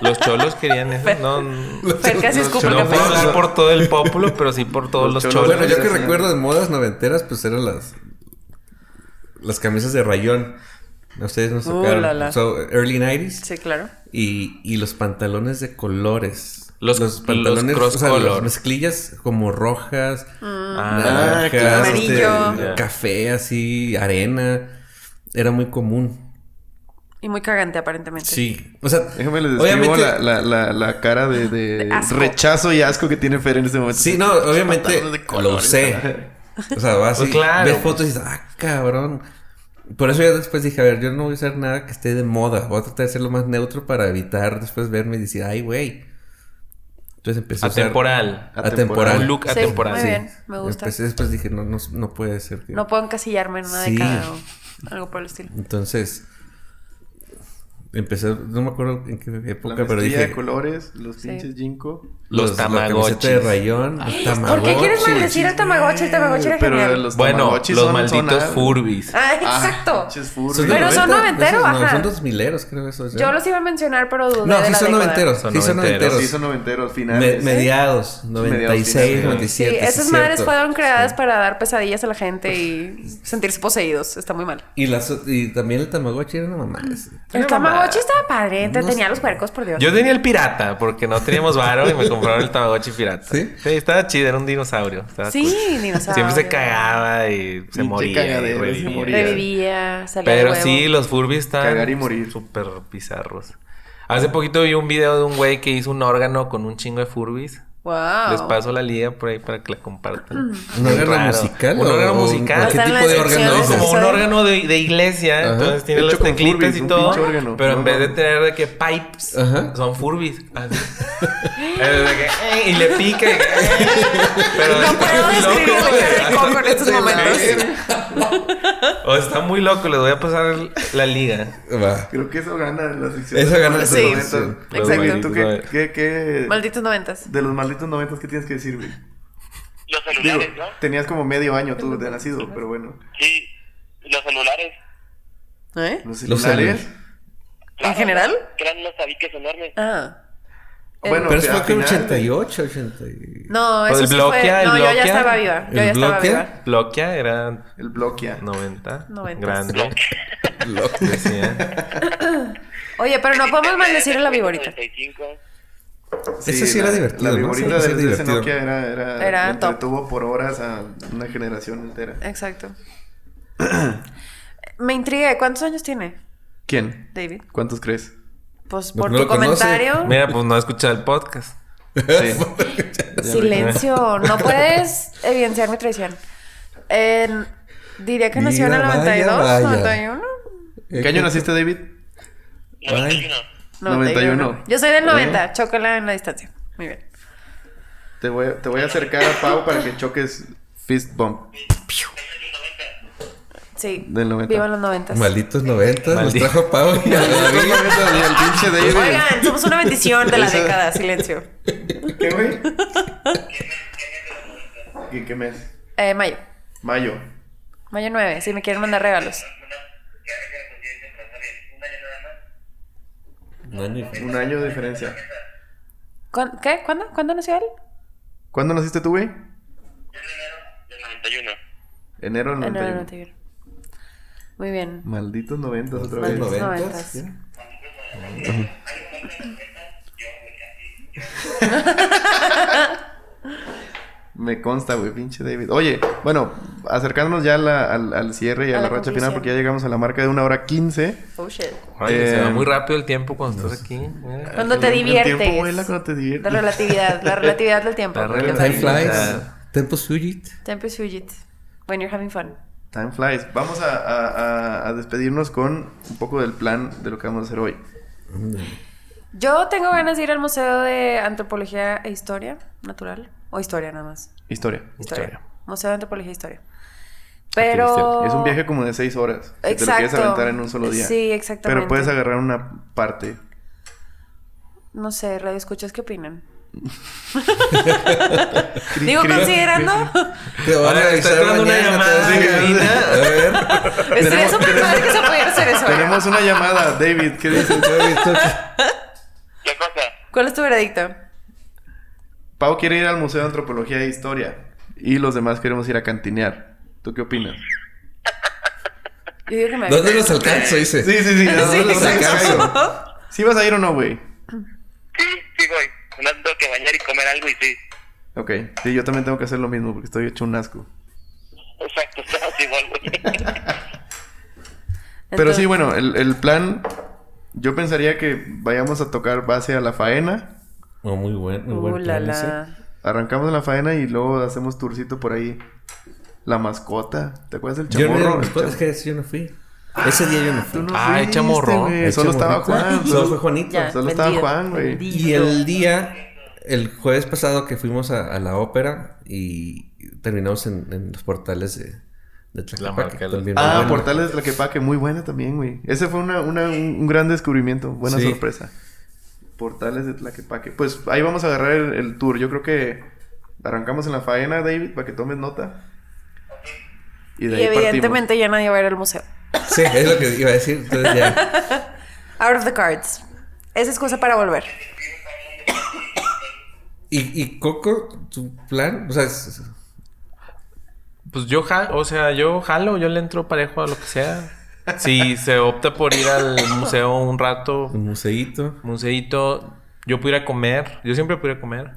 Los cholos querían eso. No, no Fer casi los escupe. cholos. la puedo foto. hablar por todo el pueblo, pero sí por todos Los los cholos. cholos. Bueno, yo que Sí. recuerdo de modas noventeras, pues eran las las camisas de rayón. A ustedes nos Uh, tocaron. la, la. So, early 90s. Sí, claro. Y, y los pantalones de colores. Los- los cross las color. mezclillas como rojas, Ah, naranjas, claro. este, Amarillo. café así, arena. Era muy común. Y muy cagante, aparentemente. Sí. O sea, Déjame les describo obviamente- la, la, la, la cara de, de De asco. rechazo y asco que tiene Fer en este momento. Sí, no, obviamente pantalones de lo colores, usé. O sea, vas Pues y claro. ves fotos y dices, ah, cabrón. Por eso ya después dije, a ver, yo no voy a usar nada que esté de moda. Voy a tratar de ser lo más neutro para evitar después verme y decir, ay, güey. Entonces empecé a usar... atemporal. Atemporal. Un look Sí, atemporal. muy bien. me gusta. Empecé después dije, no, no, no puede ser. que-". No puedo encasillarme en una Sí. década o algo por el estilo. Entonces, empecé, no me acuerdo en qué época, La pero mezclilla dije... de colores, los pinches Jinko. Los la camiseta Tamagotchis. de rayón, los ¿Por qué quieres Tamagotchis. maldecir al Tamagotchi? El Tamagotchi era Pero genial. los Bueno, Tamagotchis los son- son malditos algo. furbis. Ah, Ah, exacto. pinches Son furbis. de Pero son 90, noventero, esos ajá. No, son dos mileros, creo esos. ya. Yo los iba a mencionar, pero dudé No, de sí la son década. noventeros. Son sí son noventeros. noventeros. Sí, son noventeros, Me- finales. mediados, 96, finales. 97. Sí, esas es madres cierto. fueron creadas para dar pesadillas a la gente y sentirse poseídos. Está muy mal. Y, las, y también el Tamagotchi era una mamá. ese. El Tamagotchi estaba padre. Te No tenía sé. los puercos, por Dios. Yo tenía el pirata porque no teníamos varo y me compraron el Tamagotchi pirata. ¿Sí? estaba chido, era un dinosaurio. estaba Sí, cool. dinosaurio. pues, Siempre se cagaba y se Pinche moría. y cagadero, se revivía. moría. Revivía, salía de Pero huevo. sí, los Furbies están Cagar y morir. súper bizarros. Hace poquito vi un video de un güey que hizo un órgano con un chingo de Furbies. Wow. Les paso la liga por ahí para que la compartan. ¿Un Muy órgano raro. musical? Un o- órgano o musical. ¿Qué Está en tipo la de órgano sección. Es dices? como un ¿Sabe? órgano de, de iglesia, Ajá. entonces tiene Hecho las con teclitas Furbies, y un todo. pinche órgano. Pero No, en vez de no. tener de que pipes, Ajá. son Furbies. así. Eh, de que, eh, y le pica. y- eh. Pero No está puedo muy loco. describir la cara de Coco en estos momentos. O está muy loco, les voy a pasar el- la liga. Va. Creo que eso gana la sección. Eso de gana los la malditos sección. noventas. Los Oye, malditos ¿Tú qué, noventas. qué, qué- Malditos noventas. de los malditos noventas, qué tienes que decir, güey? Los Digo, celulares, ¿no? tenías como medio año tú de nacido, pero bueno. Sí, los celulares. ¿Eh? Los Los celulares. Claro, general? Eran unos tabiques enormes. Ah. Bueno, Pero eso al fue que final- 88, 80. y- No, Pues eso el sí bloquea, fue... el No, yo ya bloquea. estaba viva. Yo ¿El ya estaba bloquea? viva. Bloquia era El bloquea. 90. Noventas. Grande. Loco. Decía. Oye, pero no Este, podemos maldecir a la viborita. 95. Eso sí era la- divertido, La ¿no? viborita Sí, de, sí, de ese divertido. Nokia era, era, Era top. entretuvo por horas a una generación entera. Exacto. Me intrigué. ¿Cuántos años tiene ¿Quién? David? ¿Cuántos crees? Pues No, por no tu lo conoce. comentario. Mira, pues no ha escuchado el podcast. Sí. Silencio. No puedes evidenciar mi traición. En- diría que nació en el Mira, 92, vaya, vaya. 91. ¿Qué año naciste, David? 91. 91. Yo soy del ¿Eh? 90. Chócala en la distancia. Muy bien. Te voy, te voy a acercar a Pau para que choques fist bump. Sí. Del 90. Viva los 90. Malditos 90, nos Maldito. trajo Pau y a David. Y al pinche David. Oigan, somos una bendición de la Esa- década. Silencio. ¿Qué, güey? ¿Qué, qué mes? Eh, mayo. Mayo. Mayo 9, si me quieren mandar regalos. No, ni- Un año de diferencia. ¿Cuán- ¿Qué? ¿Cuándo? ¿Cuándo nació él? ¿Cuándo naciste tú, güey? del 91. Enero del Ah, no, 91. no, no te vieron. Muy bien. Malditos noventas otra Los vez. Malditos noventas, noventas. ¿sí? Me consta, güey, pinche David. Oye, bueno, acercándonos ya a la- al, al cierre y a, A la, la racha conclusión. final porque ya llegamos a la marca de una hora quince. Oh, shit. Ay, se va Eh, muy rápido el tiempo cuando estás aquí. mira. Cuando te El tiempo diviertes. vuela cuando te La diviertes. relatividad, la relatividad del tiempo. La porque relatividad. Time flies. Ah. Tempo fugit. Tempo is fugit. When you're having fun. Time flies. Vamos a, a- a- a despedirnos con un poco del plan de lo que vamos a hacer hoy. Yo tengo ganas de ir al Museo de Antropología e Historia Natural. O Historia nada más. Historia. Ah, Historia. Historia. Museo de Antropología e Historia. Cristian. Pero... Es un viaje como de seis horas. que te lo quieres Exacto. aventar en un solo día. Sí, exactamente. Pero puedes agarrar una parte. No sé, radio escuchas, ¿qué opinan? Cri- Digo, cri- considerando... Te van a Ahora, está avisar entrando una mañana, llamada te van de a avisar. A ver. Estaría súper padre que se pudiera hacer eso. ¿eh? Tenemos una llamada, David. ¿Qué dices? ¿Qué cosa? ¿Cuál es tu veredicto? Pau quiere ir al Museo de Antropología e Historia. Y los demás queremos ir a cantinear. ¿Tú qué opinas? Yo digo que me ¿Dónde los alcanzo? Dice. Sí, sí, sí. ¿a dónde Sí, los exacto. alcanzo? ¿Sí vas a ir o no, güey? Sí, sí voy. No tengo que bañar y comer algo y sí. Ok. Sí, yo también tengo que hacer lo mismo porque estoy hecho un asco. Exacto, estamos igual, güey. Pero sí, Entonces- bueno, el, el plan... Yo pensaría que vayamos a tocar base a la faena. Oh, muy buen, muy buen Uh, la, plan ese. la. Arrancamos en la faena y luego hacemos tourcito por ahí. La mascota. ¿Te acuerdas del Yo no, chamorro? El después- es cham- que ese yo no fui. Ese día yo no fui. Tú no Ah, el fuiste, chamorro. güey, El Solo estaba chamorrito. Juan. Solo fue solo- Juanito. Ya, Solo estaba vendido, Juan, güey. vendido. Y el día, el jueves pasado que fuimos a, a la ópera y terminamos en, en los portales de, de Tlaquepaque. marca de los- también muy Ah, bueno. Portales de Tlaquepaque, muy buena también, güey. Ese fue una, una- un, un gran descubrimiento, buena Sí. sorpresa. Portales de Tlaquepaque. Pues ahí vamos a agarrar el, el tour. Yo creo que arrancamos en la faena, David, para que tomes nota. Y de Y ahí partimos. evidentemente ya nadie va a ir al museo. Sí, es lo que iba a decir. Entonces ya. Out of the cards. Esa es cosa para volver. ¿Y, y Coco, tu plan? O sea, es- Pues yo, ja- o sea, yo jalo, yo le entro parejo a lo que sea. Si se opta por ir al museo un rato, un museíto. museito, yo pudiera comer, yo siempre pudiera comer.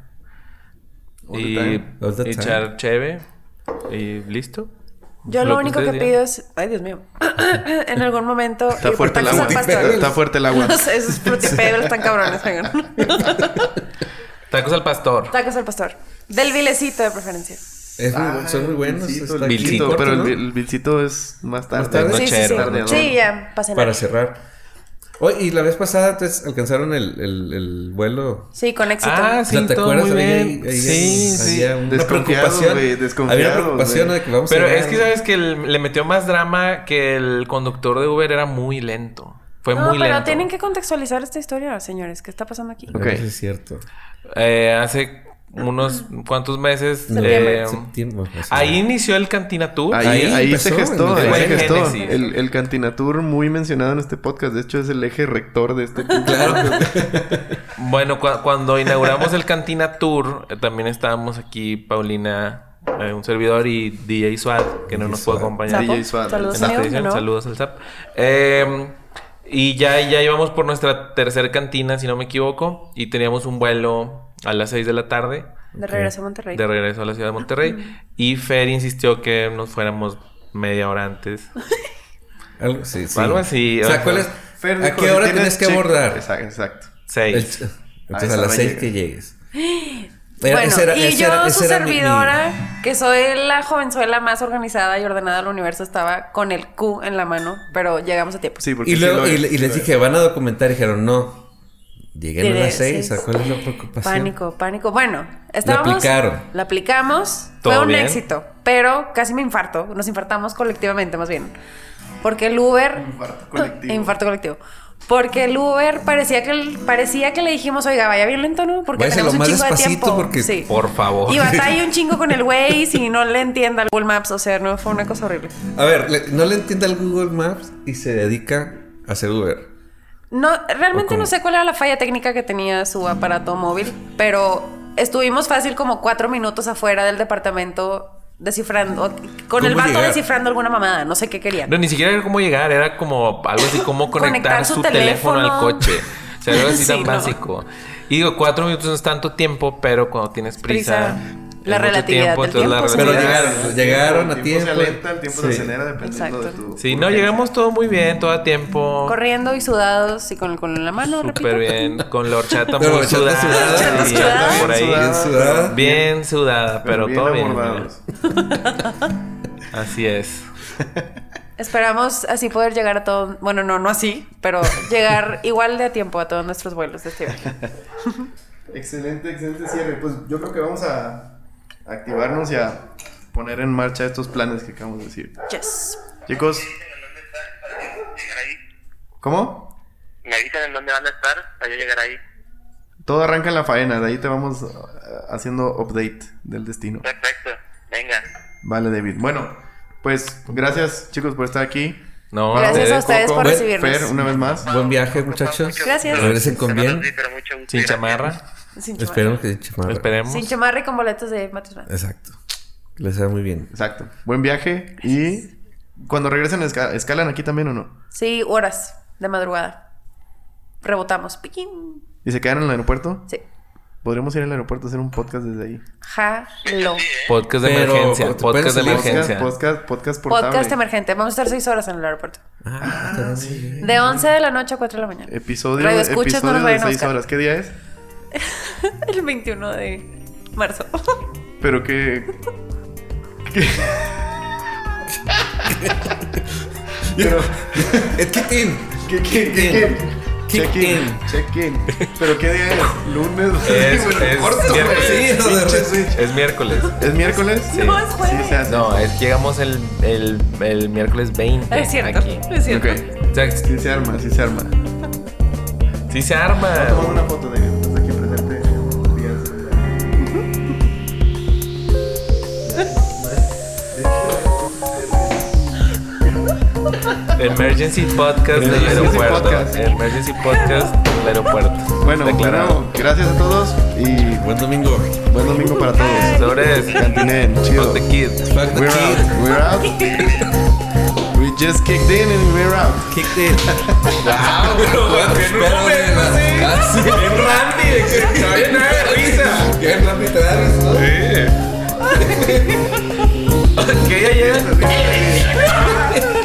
All the Y time. All the echar cheve y listo. Yo lo, único que ustedes pido digan. es. Ay, Dios mío. en algún momento. ir Está por fuerte el tacos agua. al pastor. Está, está fuerte el agua. No sé, esos frutipedos están cabrones, oigan. Tacos al pastor. Tacos al pastor. Del vilecito de preferencia. Es muy Ah, buen- son muy buenos. el está vilcito, el vilcito, corto, pero el, ¿no? vil- el vilcito es más tarde. Más tarde. Sí, sí, sí. Nochero, nochero. Sí, ya, pasen. Para cerrar. Oye, y la vez pasada, entonces, alcanzaron el, el, el vuelo. Sí, con éxito. Ah, sí, ¿Te todo acuerdas? muy Había bien. ahí- ahí- sí, sí. había una Desconfiados, preocupación. güey, Había desconfiados, una preocupación güey. de que vamos Pero a llegar. es que sabes que el- le metió más drama que el conductor de Uber era muy lento. Fue no, muy pero lento. tienen que contextualizar esta historia, señores. ¿Qué está pasando aquí? No, Ok. eso es cierto. Eh, hace unos cuantos meses. Septiembre. eh, Septiembre, más o ahí menos. inició el Cantina Tour. Ahí, Ahí ahí, se empezó, gestó, en ahí el se Génesis. gestó. El, el Cantinatur muy mencionado en este podcast. De hecho, es el eje rector de este podcast. Claro. Bueno, cua- cuando inauguramos el Cantina Tour, eh, también estábamos aquí, Paulina, eh, un servidor y DJ Suad, que no DJ nos pudo Suad. acompañar. DJ Sapo. Suárez. Saludos, en esta amigo, edición. ¿no? Saludos al SAP. Eh, y ya, ya íbamos por nuestra tercer cantina, si no me equivoco, y teníamos un vuelo a las 6 de la tarde De regreso a Monterrey. de regreso a la ciudad de Monterrey. Y Fer insistió que nos fuéramos media hora antes. Algo, sí, sí. Algo así, O o sea, sea, ¿cuál es? Fer ¿A dijo, qué si hora tienes que check- abordar? Exacto. exacto. El- 6. Pues, Entonces, esa a hora las seis llega. que llegues. Bueno, ese era- y ese yo, era- su ese era mi- mi- servidora, que soy la jovenzuela más organizada y ordenada del universo, estaba con el Q en la mano, pero llegamos a tiempo. Sí, porque Y, sí luego, lo- y, le- y les dije, van a documentar. Y dijeron, no. Lleguen a Diré, las seis. seis. ¿a ¿Cuál es la preocupación? Pánico, pánico. Bueno, estábamos. La aplicaron. La aplicamos. Fue ¿Todo un bien? éxito, pero casi me infarto. Nos infartamos colectivamente, más bien. Porque el Uber. Infarto colectivo. Infarto colectivo. Porque el Uber parecía que el- parecía que le dijimos, oiga, vaya violento, ¿no? Porque Váyase tenemos un lo más chingo de despacito tiempo. porque- Sí. Por favor. Y batalla un chingo con el güey si no le entienda el Google Maps, o sea, no fue una cosa horrible. A ver, le- no le entiende al Google Maps y se dedica a hacer Uber. No, ¿O realmente cómo? no sé cuál era la falla técnica que tenía su aparato móvil, pero estuvimos fácil como cuatro minutos afuera del departamento descifrando, con ¿Cómo el vato llegar? descifrando alguna mamada, no sé qué querían. No, ni siquiera era cómo llegar, era como algo así como conectar, Conectar su, su teléfono. al teléfono. coche. O sea, algo así Sí, tan no. básico. Y digo, cuatro minutos no es tanto tiempo, pero cuando tienes prisa. Prisa. es La mucho relatividad del entonces la tiempo, sí. Pero relatividad- llegaron, Pues llegaron a El tiempo tiempo. se alenta, el tiempo se Sí. acelera dependiendo Exacto. de tu... Sí, no, urgencia. llegamos todo muy bien, todo a tiempo. Corriendo y sudados y con el con en la mano, repito. Súper bien, con la horchata Pero muy horchata sudada. sudada, sí, horchata por ahí. Bien sudada. Bien sudada, pero, bien todo bien. abordados. mira. Así es. Esperamos así poder llegar a todo, bueno, no, no así, pero llegar igual de a tiempo a todos nuestros vuelos de este viaje. Excelente, excelente cierre. Pues yo creo que vamos a activarnos y a poner en marcha estos planes que acabamos de decir. Yes. Chicos, ¿Dónde están para yo llegar ahí? ¿cómo? Me avisan en dónde van a estar para yo llegar ahí. Todo arranca en la faena, de ahí te vamos eh, haciendo update del destino. Perfecto. Venga. Vale, David. Bueno, pues gracias chicos por estar aquí. No, Gracias a ustedes por Coco, recibirnos. Fer, una vez más. Buen viaje, muchachos. Gracias. Regresen con bien. Sí, pero mucho gusto. Sin Gracias. chamarra, Sin chamarra. Esperemos que Eh. se chamarra. esperemos. Sin chamarra y con boletos de matrimonio. Exacto. Que Les sea muy bien. Exacto. Buen viaje y cuando regresen esca- escalan aquí también o no. Sí, horas de madrugada. Rebotamos. Piquín. Y se quedan en el aeropuerto. Sí. Podríamos ir al aeropuerto a hacer un podcast desde ahí. Jalo. Podcast de Pero, emergencia, pero podcast de salimos- Podcast, emergencia. podcast, podcast portable. Podcast emergente. Vamos a estar seis horas en el aeropuerto. Ah, está bien. Eh. De 11 de la noche a 4 de la mañana. Episodio, Radio escuchas, no episodio nos de vayan a 6 buscar. horas. ¿Qué día es? El 21 de marzo. Pero que... Pero, Es que tin. ¿qué, qué, qué, qué? Check in, check in. ¿Pero qué día es? ¿Lunes? Es- Bueno, es corto, güey. miércoles. Sí, no, de Pinche verdad. switch. Es miércoles. ¿Es miércoles? Sí. No, es jueves. Sí, se hace. No, es que llegamos el, el, el miércoles 20 Es cierto. aquí. Es cierto. Ok. O sea, Sí se arma, sí se arma. sí se arma. Tomando una foto de él. Aquí presente. Díaz. Emergency podcast del Emergency aeropuerto. podcast. Emergency podcast del aeropuerto. Bueno, Declarado. bueno, gracias a todos y Buen domingo. buen domingo para todos. Sobre Cantinen, chido. Not the kids. Fuck the We're kid. out. We're out. We just kicked in and we're out. Kick the. Ah, pero Ah, Casi. Bien Randy, que no había nada ¿eh? de risa. Bien Randy te da risa. Que ya llegan.